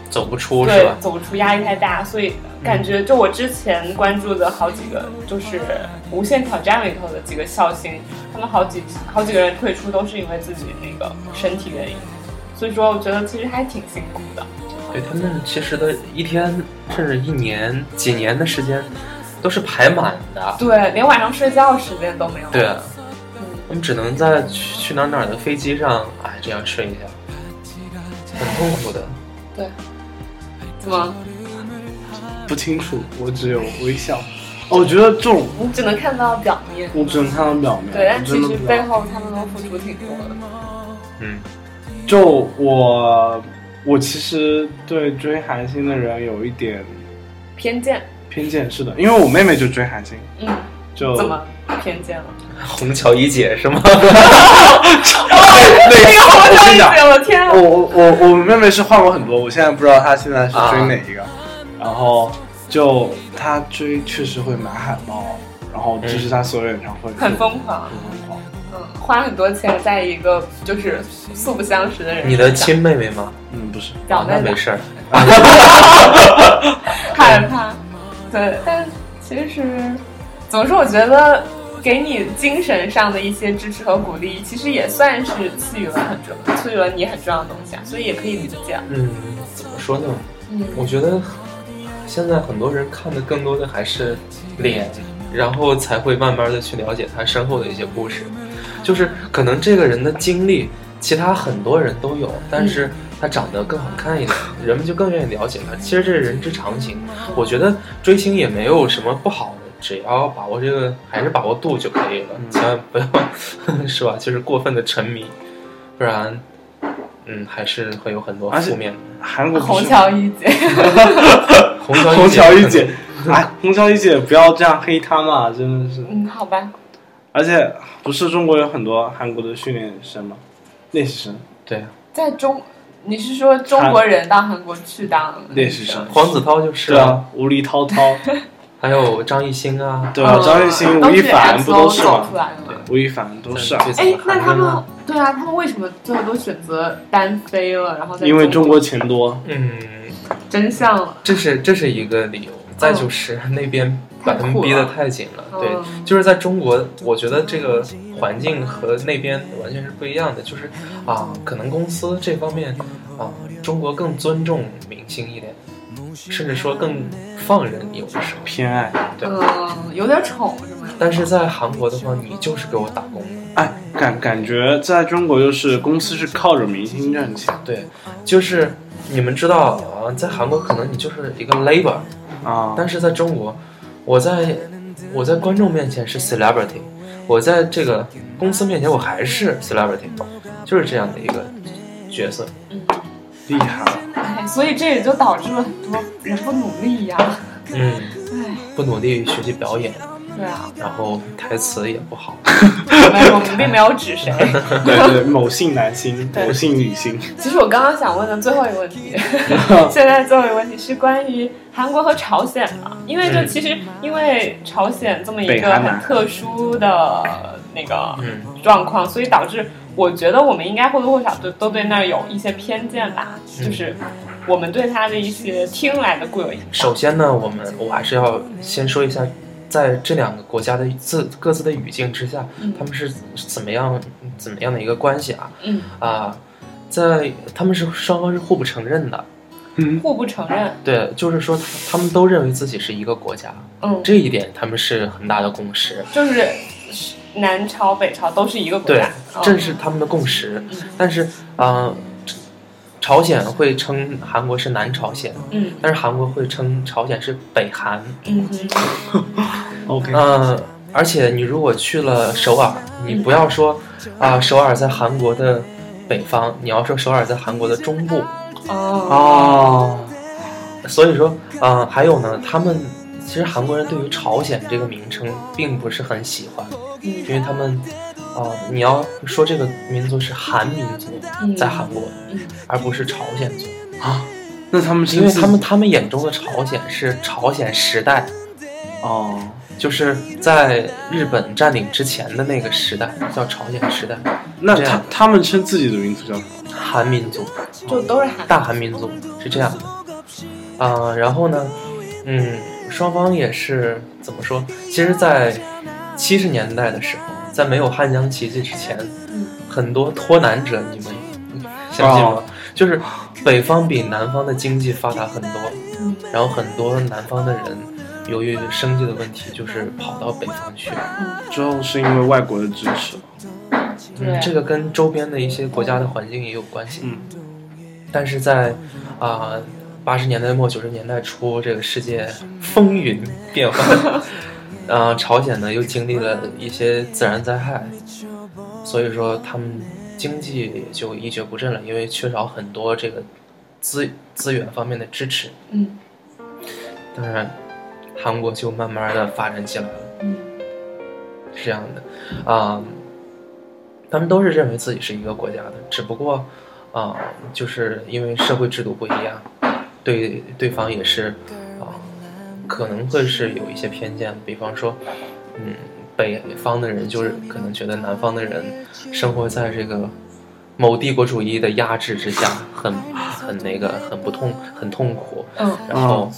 [SPEAKER 7] 走不出是
[SPEAKER 5] 对
[SPEAKER 7] 吧，？
[SPEAKER 5] 走不出压力太大，所以感觉就我之前关注的好几个，就是《无限挑战》里头的几个笑星，他们好几好几个人退出都是因为自己那个身体原因，所以说我觉得其实还挺辛苦的。
[SPEAKER 7] 对他们其实的一天甚至一年几年的时间都是排满的。
[SPEAKER 5] 对，连晚上睡觉时间都没有。
[SPEAKER 7] 对，啊，我们只能在去去哪儿哪儿的飞机上，哎，这样睡一下，很痛苦的。
[SPEAKER 5] 怎么？
[SPEAKER 6] 不清楚，我只有微笑。哦，我觉得这种
[SPEAKER 5] 你只能看到表面。
[SPEAKER 6] 我只能看到表面，
[SPEAKER 5] 对，但
[SPEAKER 6] 我
[SPEAKER 5] 其
[SPEAKER 6] 真的
[SPEAKER 5] 实
[SPEAKER 6] 不知道
[SPEAKER 5] 背后他们都付出挺多的。
[SPEAKER 7] 嗯，
[SPEAKER 6] 就我，我其实对追韩星的人有一点
[SPEAKER 5] 偏见，
[SPEAKER 6] 偏见，是的，因为我妹妹就追韩星，
[SPEAKER 5] 嗯，
[SPEAKER 7] 哦
[SPEAKER 6] 就 <laughs>
[SPEAKER 5] 怎么偏见了？
[SPEAKER 7] <laughs> 虹桥一姐是吗？
[SPEAKER 5] <laughs> 哎呦，
[SPEAKER 7] 哦
[SPEAKER 5] 我
[SPEAKER 6] 跟
[SPEAKER 5] 想
[SPEAKER 6] 你
[SPEAKER 5] 一
[SPEAKER 6] 讲
[SPEAKER 5] 姐，我的天啊！
[SPEAKER 6] <laughs> 我我我我妹妹是换过很多，我现在不知道她现在是追哪一个，然后就她追确实会买海报，然后支持她所有演唱会，
[SPEAKER 5] 很疯狂
[SPEAKER 6] 很疯狂。
[SPEAKER 5] 嗯，花很多钱在一个就是素不相识的人，
[SPEAKER 7] 你的亲妹妹 <laughs> 吗？
[SPEAKER 6] 嗯，不是，
[SPEAKER 5] 表
[SPEAKER 7] 那
[SPEAKER 5] 妹
[SPEAKER 7] 没
[SPEAKER 5] 吧
[SPEAKER 7] 事儿，
[SPEAKER 5] 害怕，对，但其实怎么说，我觉得给你精神上的一些支持和鼓励，其实也算是赐予了很重，赐予了你很重要的东西啊，所以也可以理解。
[SPEAKER 7] 嗯，怎么说呢？
[SPEAKER 5] 嗯，
[SPEAKER 7] 我觉得现在很多人看的更多的还是脸，然后才会慢慢的去了解他身后的一些故事，就是可能这个人的经历，其他很多人都有，但是他长得更好看一点，
[SPEAKER 6] 嗯
[SPEAKER 7] 人们就更愿意了解他。其实这是人之常情，我觉得追星也没有什么不好的。只要把握这个，还是把握度就可以了，
[SPEAKER 6] 嗯
[SPEAKER 7] 千万不要 <laughs> 是吧？就是过分的沉迷，不然，嗯，还是会有很多
[SPEAKER 6] 而且
[SPEAKER 7] 负面。
[SPEAKER 6] 韩国不
[SPEAKER 5] 虹
[SPEAKER 6] 是
[SPEAKER 5] 桥一姐，
[SPEAKER 7] 虹桥
[SPEAKER 6] 虹桥 <laughs>
[SPEAKER 7] 一
[SPEAKER 6] 一姐，哎，虹桥一姐不要这样黑她嘛，真的是。
[SPEAKER 5] 嗯，好吧，
[SPEAKER 6] 而且不是中国有很多韩国的训练生吗？练习生，
[SPEAKER 7] 对啊，
[SPEAKER 5] 在中，你是说中国人到韩国去当
[SPEAKER 6] 练习生，
[SPEAKER 7] 黄子韬就是
[SPEAKER 6] 对，啊，无理滔 <laughs> 滔，
[SPEAKER 7] 还有张艺兴啊，
[SPEAKER 5] 嗯
[SPEAKER 6] 对啊，张艺兴、吴亦凡不都是
[SPEAKER 5] 走
[SPEAKER 6] 吗
[SPEAKER 5] 出？来了吗？
[SPEAKER 6] 吴亦凡都是啊
[SPEAKER 7] 最，早
[SPEAKER 5] 哎
[SPEAKER 7] 的，
[SPEAKER 5] 那他
[SPEAKER 7] 韩庚
[SPEAKER 5] 们
[SPEAKER 7] 啊，
[SPEAKER 5] 对啊，他们为什么最后都选择单飞了？然后在
[SPEAKER 6] 因为中
[SPEAKER 5] 中
[SPEAKER 6] 国钱多，
[SPEAKER 7] 嗯，
[SPEAKER 5] 真相了，
[SPEAKER 7] 这是这是一个理由。再就是那边把他们逼得太紧了，
[SPEAKER 5] 嗯
[SPEAKER 7] 对，就是在中国，我觉得这个环境和那边完全是不一样的。就是啊，可能公司这方面啊，中国更尊重明星一点，甚至说更放任有的时候。
[SPEAKER 6] 偏爱。
[SPEAKER 7] 对
[SPEAKER 5] 嗯，有点宠是吗？
[SPEAKER 7] 但是在韩国的话，你就是给我打工的，
[SPEAKER 6] 哎，感感觉在中国就是公司是靠着明星赚钱
[SPEAKER 7] 对，就是你们知道啊，在韩国可能你就是一个 labor，
[SPEAKER 6] 啊，
[SPEAKER 7] 但是在中国，我在我在观众面前是 celebrity，我在这个公司面前我还是 celebrity，就是这样的一个角色。
[SPEAKER 6] 厉害了。
[SPEAKER 5] 哎，所以这也就导致了很多人不努力呀、
[SPEAKER 7] 嗯，不努力学习表演，
[SPEAKER 5] 对啊，
[SPEAKER 7] 然后台词也不好。
[SPEAKER 5] 我们我们并没有
[SPEAKER 6] <laughs>
[SPEAKER 5] 指谁。
[SPEAKER 6] <laughs> 对对，某性男星，某性女星，
[SPEAKER 5] 其实我刚刚想问的最后一个
[SPEAKER 6] <laughs>
[SPEAKER 5] 问题，现在最后一个问题是关于韩国和朝鲜嘛？因为就
[SPEAKER 7] 嗯
[SPEAKER 5] 其实因为朝鲜这么一
[SPEAKER 6] 北
[SPEAKER 5] 个
[SPEAKER 6] 韩嘛
[SPEAKER 5] 很特殊的那个
[SPEAKER 7] 嗯
[SPEAKER 5] 状况，所以导致我觉得我们应该或多或少都都对那儿有一些偏见吧，
[SPEAKER 7] 嗯
[SPEAKER 5] 就是我们对他的一些听来的固有印象。
[SPEAKER 7] 首先呢，我们我还是要先说一下，在这两个国家的自各自的语境之下，他们是怎么样怎么样的一个关系啊？
[SPEAKER 5] 嗯，
[SPEAKER 7] 啊，在他们是双方是互不承认的，
[SPEAKER 5] 互不承认，
[SPEAKER 7] 对，就是说他他们都认为自己是一个国家，
[SPEAKER 5] 嗯，
[SPEAKER 7] 这一点他们是很大的共识，
[SPEAKER 5] 就是南朝北朝都是一个国
[SPEAKER 7] 对
[SPEAKER 5] 家，，
[SPEAKER 7] 这是他们的共识。但是，呃，朝鲜会称韩国是南朝鲜，
[SPEAKER 5] 嗯
[SPEAKER 7] 但是韩国会称朝鲜是北韩。
[SPEAKER 5] 嗯哼，
[SPEAKER 6] OK，
[SPEAKER 7] 嗯、而且你如果去了首尔，你不要说啊、首尔在韩国的北方，你要说首尔在韩国的中部。
[SPEAKER 5] 哦，
[SPEAKER 6] 哦，
[SPEAKER 7] 所以说，呃，还有呢，他们其实韩国人对于朝鲜这个名称并不是很喜欢，因
[SPEAKER 5] 嗯
[SPEAKER 7] 为他们，呃，你要说这个民族是韩民族，
[SPEAKER 5] 嗯
[SPEAKER 7] 在韩国，
[SPEAKER 5] 嗯
[SPEAKER 7] 而不是朝鲜族，
[SPEAKER 6] 那他们是
[SPEAKER 7] 因为
[SPEAKER 6] 自己
[SPEAKER 7] 他们他们眼中的朝鲜是朝鲜时代，
[SPEAKER 6] 哦，
[SPEAKER 7] 就是在日本占领之前的那个时代叫朝鲜时代，
[SPEAKER 6] 那
[SPEAKER 7] 这
[SPEAKER 6] 他
[SPEAKER 7] 样
[SPEAKER 6] 他们称自己的民族叫什么？
[SPEAKER 7] 韩民族，
[SPEAKER 5] 就都是韩
[SPEAKER 7] 大韩民族是这样的，啊、然后呢，嗯，双方也是怎么说？其实，在七十年代的时候，在没有汉江奇迹之前，很多脱南者，你们相信吗？
[SPEAKER 6] 哦
[SPEAKER 7] 就是北方比南方的经济发达很多，然后很多南方的人由于生计的问题，就是跑到北方去。
[SPEAKER 6] 之后是因为外国的支持。
[SPEAKER 5] 对
[SPEAKER 7] 嗯，这个跟周边的一些国家的环境也有关系。
[SPEAKER 6] 嗯，
[SPEAKER 7] 但是在啊八十年代末九十年代初，这个世界风云变幻，呃，朝鲜呢又经历了一些自然灾害，所以说他们经济也就一蹶不振了，因为缺少很多这个资资源方面的支持。
[SPEAKER 5] 嗯
[SPEAKER 7] 当然，韩国就慢慢的发展起来了。
[SPEAKER 5] 嗯
[SPEAKER 7] 是这样的，啊、他们都是认为自己是一个国家的，只不过，啊、就是因为社会制度不一样，对对方也是，啊、可能会是有一些偏见，比方说，嗯，北方的人就是可能觉得南方的人生活在这个某帝国主义的压制之下，很很那个，很不痛，很痛苦，
[SPEAKER 5] 嗯
[SPEAKER 7] 然后，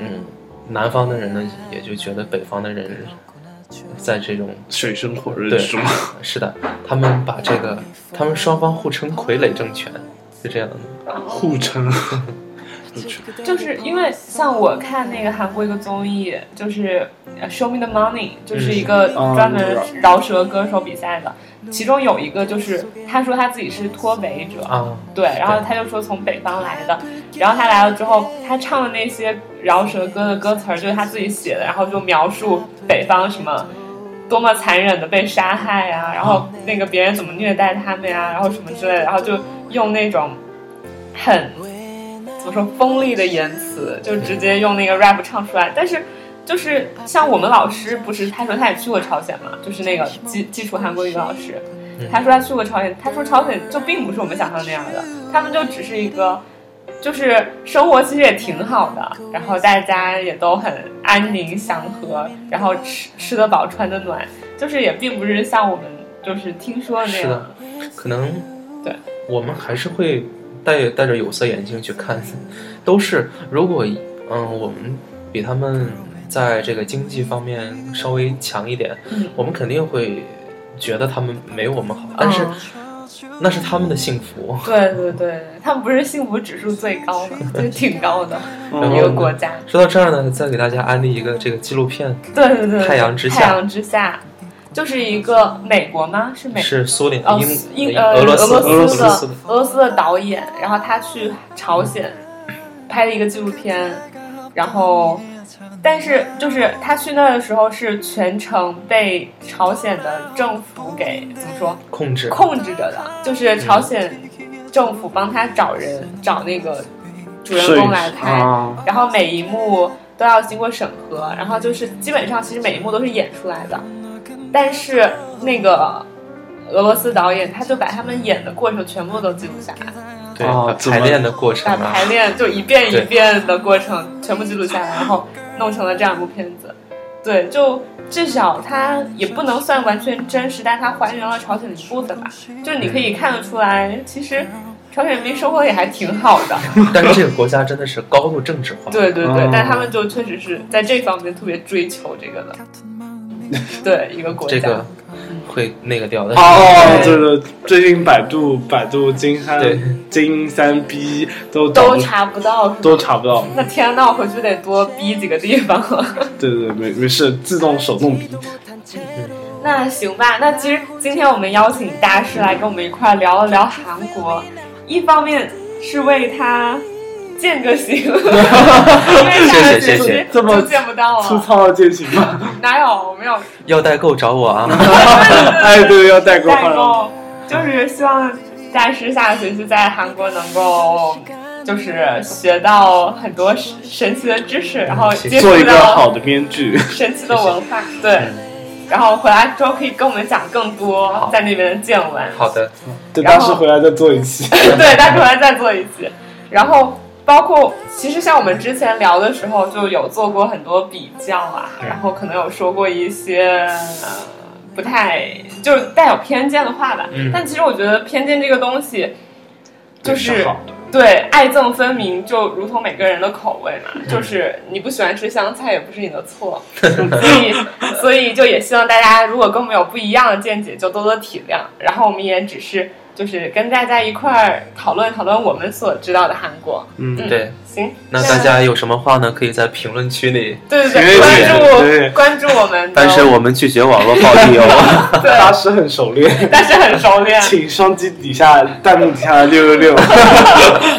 [SPEAKER 7] 嗯，南方的人呢，也就觉得北方的人在这种
[SPEAKER 6] 水深火热
[SPEAKER 7] 对
[SPEAKER 6] 之中， <laughs>
[SPEAKER 7] 是的，他们把这
[SPEAKER 5] <laughs>
[SPEAKER 7] 个，他们双方互称傀儡政权，是这样的，
[SPEAKER 6] 互称
[SPEAKER 7] 你知道
[SPEAKER 5] 就是因为像我看那个韩国一个综艺，就是呃《Show Me the Money》，就是一个
[SPEAKER 7] 哦
[SPEAKER 6] 嗯
[SPEAKER 5] 专门饶舌歌手比赛的。其中有一个就是他说他自己是脱北者，
[SPEAKER 7] 啊，
[SPEAKER 5] 对，然后他就说从北方来的，然后他来了之后，他唱的那些饶舌歌的歌词儿就是他自己写的，然后就描述北方什么多么残忍的被杀害啊，然后那个别人怎么虐待他们呀、然后什么之类的，然后就用那种很怎么说锋利的言辞，就直接用那个 rap 唱出来，但是。就是像我们老师，不是他说他也去过朝鲜嘛，就是那个基基础韩国语老师，他说他去过朝鲜，他说朝鲜就并不是我们想象那样的，他们就只是一个，就是生活其实也挺好的，然后大家也都很安宁祥和，然后吃吃得饱穿得暖，就是也并不是像我们就是听说的那
[SPEAKER 7] 是
[SPEAKER 5] 样
[SPEAKER 7] 的，可能
[SPEAKER 5] 啊对，
[SPEAKER 7] 我们还是会戴戴着有色眼镜去看，都是如果嗯，我们比他们在这个经济方面稍微强一点，
[SPEAKER 5] 嗯
[SPEAKER 7] 我们肯定会觉得他们没我们好，但是、
[SPEAKER 5] 嗯
[SPEAKER 7] 那是他们的幸福。
[SPEAKER 5] 对对对，他们不是幸福指数最高吗？就是挺高的
[SPEAKER 7] 嗯
[SPEAKER 6] 哦
[SPEAKER 5] 一个国家。
[SPEAKER 7] 说到这儿呢，再给大家安利一个这个纪录片，
[SPEAKER 5] 对对对，对
[SPEAKER 7] 太阳之下
[SPEAKER 5] 太阳之下，就是一个美国吗？是美
[SPEAKER 7] 是苏联、
[SPEAKER 5] 哦，
[SPEAKER 7] 英
[SPEAKER 5] 英呃
[SPEAKER 7] 俄罗斯、
[SPEAKER 5] 俄
[SPEAKER 7] 俄
[SPEAKER 5] 罗
[SPEAKER 7] 罗
[SPEAKER 5] 斯
[SPEAKER 7] 斯
[SPEAKER 5] 的
[SPEAKER 7] 的
[SPEAKER 5] 俄罗斯的导演，然后他去朝鲜拍了一个纪录片，然后但是就是他去那的时候是全程被朝鲜的政府给怎么说
[SPEAKER 7] 控制，
[SPEAKER 5] 控制着的，就是朝鲜政府帮他找人找那个主人公来拍，
[SPEAKER 6] 啊，
[SPEAKER 5] 然后每一幕都要经过审核，然后就是基本上其实每一幕都是演出来的，但是那个俄罗斯导演他就把他们演的过程全部都记录下来，
[SPEAKER 7] 对、
[SPEAKER 6] 哦
[SPEAKER 7] 把
[SPEAKER 6] 怎么
[SPEAKER 7] 排练的过程
[SPEAKER 5] 把
[SPEAKER 7] 啊 <laughs>
[SPEAKER 5] 排，练就一遍一
[SPEAKER 7] 对
[SPEAKER 5] 遍的过程全部记录下来，然后弄成了这样一部片子。对，就至少它也不能算完全真实，但它还原了朝鲜的一部分吧。就是你可以看得出来，其实朝鲜人民生活也还挺好的。
[SPEAKER 7] 但是这个国家真的是高度政治化，
[SPEAKER 5] 对对对，
[SPEAKER 6] 哦
[SPEAKER 5] 但他们就确实是在这方面特别追求这个的，对一个国家。
[SPEAKER 7] 这个会那个掉的。
[SPEAKER 6] 哦，
[SPEAKER 5] 对
[SPEAKER 6] 对对，最近百度、百度金山
[SPEAKER 7] 对、
[SPEAKER 6] 金山 B 都找
[SPEAKER 5] 都
[SPEAKER 6] 不
[SPEAKER 5] 查不到是吗？
[SPEAKER 6] 都查不到。
[SPEAKER 5] 那天，那我回去得多逼几个地方 <laughs> 了。
[SPEAKER 6] 对对，对没没事，自动手动比。
[SPEAKER 5] 那行吧，那其实今天我们邀请大师来跟我们一块儿聊了聊韩国，一方面是为他践
[SPEAKER 7] <laughs>
[SPEAKER 5] 个行，因为他的
[SPEAKER 7] 谢谢谢谢
[SPEAKER 6] 这么
[SPEAKER 5] 就见不到
[SPEAKER 6] 粗
[SPEAKER 5] 了，
[SPEAKER 6] 糙的践行
[SPEAKER 5] <laughs>
[SPEAKER 6] 吗？
[SPEAKER 5] 哪有没有
[SPEAKER 7] <laughs> 要代购找我 <laughs> 啊！
[SPEAKER 6] 哎，对，要代购。
[SPEAKER 5] 代购，就是希望大师下个学期在韩国能够就是学到很多神神奇的知识，然后接触
[SPEAKER 6] 做一个好嗯
[SPEAKER 5] 到
[SPEAKER 6] 的编剧。
[SPEAKER 5] 神奇的文化，对。然后回来之后可以跟我们讲更多在那边的见闻。
[SPEAKER 7] 好的，
[SPEAKER 6] 等
[SPEAKER 5] 然
[SPEAKER 6] 大
[SPEAKER 5] 后
[SPEAKER 6] 师回来再做一期。
[SPEAKER 5] <laughs> 对，但是我还再做一期。然后包括其实像我们之前聊的时候，就有做过很多比较啊，然后可能有说过一些、呃、不太就是带有偏见的话吧。
[SPEAKER 7] 嗯
[SPEAKER 5] 但其实我觉得偏见这个东西，就
[SPEAKER 6] 也
[SPEAKER 5] 是
[SPEAKER 6] 是好的
[SPEAKER 5] 对爱憎分明，就如同每个人的口味
[SPEAKER 7] 嗯
[SPEAKER 5] 嘛，就是你不喜欢吃香菜也不是你的
[SPEAKER 7] <laughs>
[SPEAKER 5] 错，所以所以就也希望大家如果跟我们有不一样的见解，就多多体谅。然后我们也只是就是跟大家一块儿讨论讨论我们所知道的韩国。
[SPEAKER 6] 嗯，
[SPEAKER 7] 对，
[SPEAKER 5] 行，
[SPEAKER 7] 那大家有什么话呢？可以在评论区里，嗯
[SPEAKER 5] 对对
[SPEAKER 6] 没问
[SPEAKER 5] 对，关
[SPEAKER 6] 题对
[SPEAKER 5] 注关注我们的，
[SPEAKER 7] 但是我们拒绝网络暴力哦。
[SPEAKER 5] 对，
[SPEAKER 6] 大师很熟
[SPEAKER 5] <laughs>
[SPEAKER 6] 练，
[SPEAKER 5] 但是很熟练，
[SPEAKER 6] 请双击底下弹幕底下的六六六。 <laughs>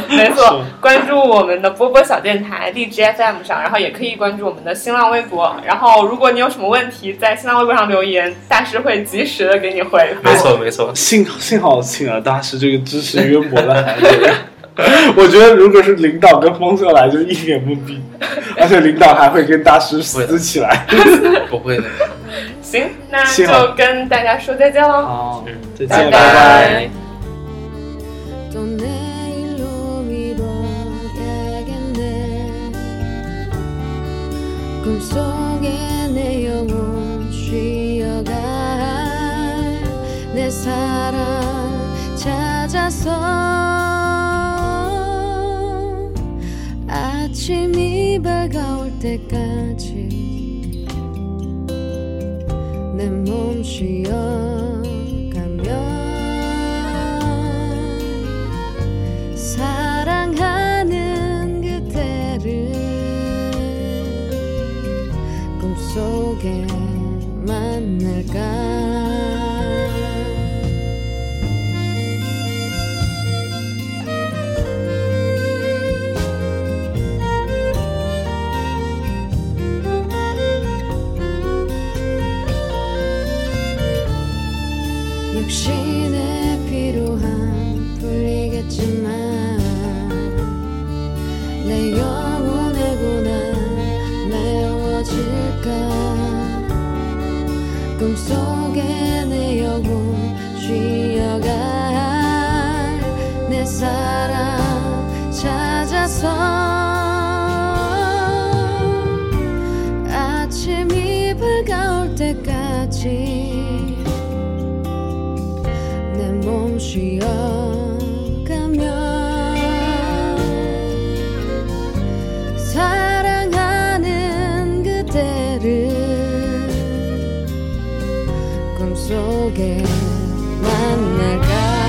[SPEAKER 5] 没错
[SPEAKER 6] 是，
[SPEAKER 5] 关注我们的波波小电台荔枝 FM 上，然后也可以关注我们的新浪微博。然后，如果你有什么问题，在新浪微博上留言，大师会及时的给你回复。
[SPEAKER 7] <laughs> 没，错，没错，
[SPEAKER 6] 幸幸好请了大师这个知识渊博的韩国人。我觉得如果是领导跟风秀来，就一脸懵逼，而且领导还会跟大师撕起来。
[SPEAKER 7] 不会的。
[SPEAKER 5] 行，那
[SPEAKER 6] 幸好
[SPEAKER 5] 就跟大家说再见喽，
[SPEAKER 7] 嗯
[SPEAKER 6] 好，再
[SPEAKER 5] 拜
[SPEAKER 6] 见，拜。
[SPEAKER 2] 또 내일로 미뤄야겠네 꿈속에 내 영혼 쉬어갈 내 사랑 찾아서 아침이 밝아올 때까지 내 몸 쉬어가면 사랑하는 그대 꿈속에 만날까 역시 내 필요한 풀리겠지만 내 영혼의 고난 메워질까 꿈속에 내 영혼 쉬어가 내 사랑 찾아서 아침이 밝아올 때까지 내 몸 쉬어가며 사랑하는 그대를 꿈속에 만날까 그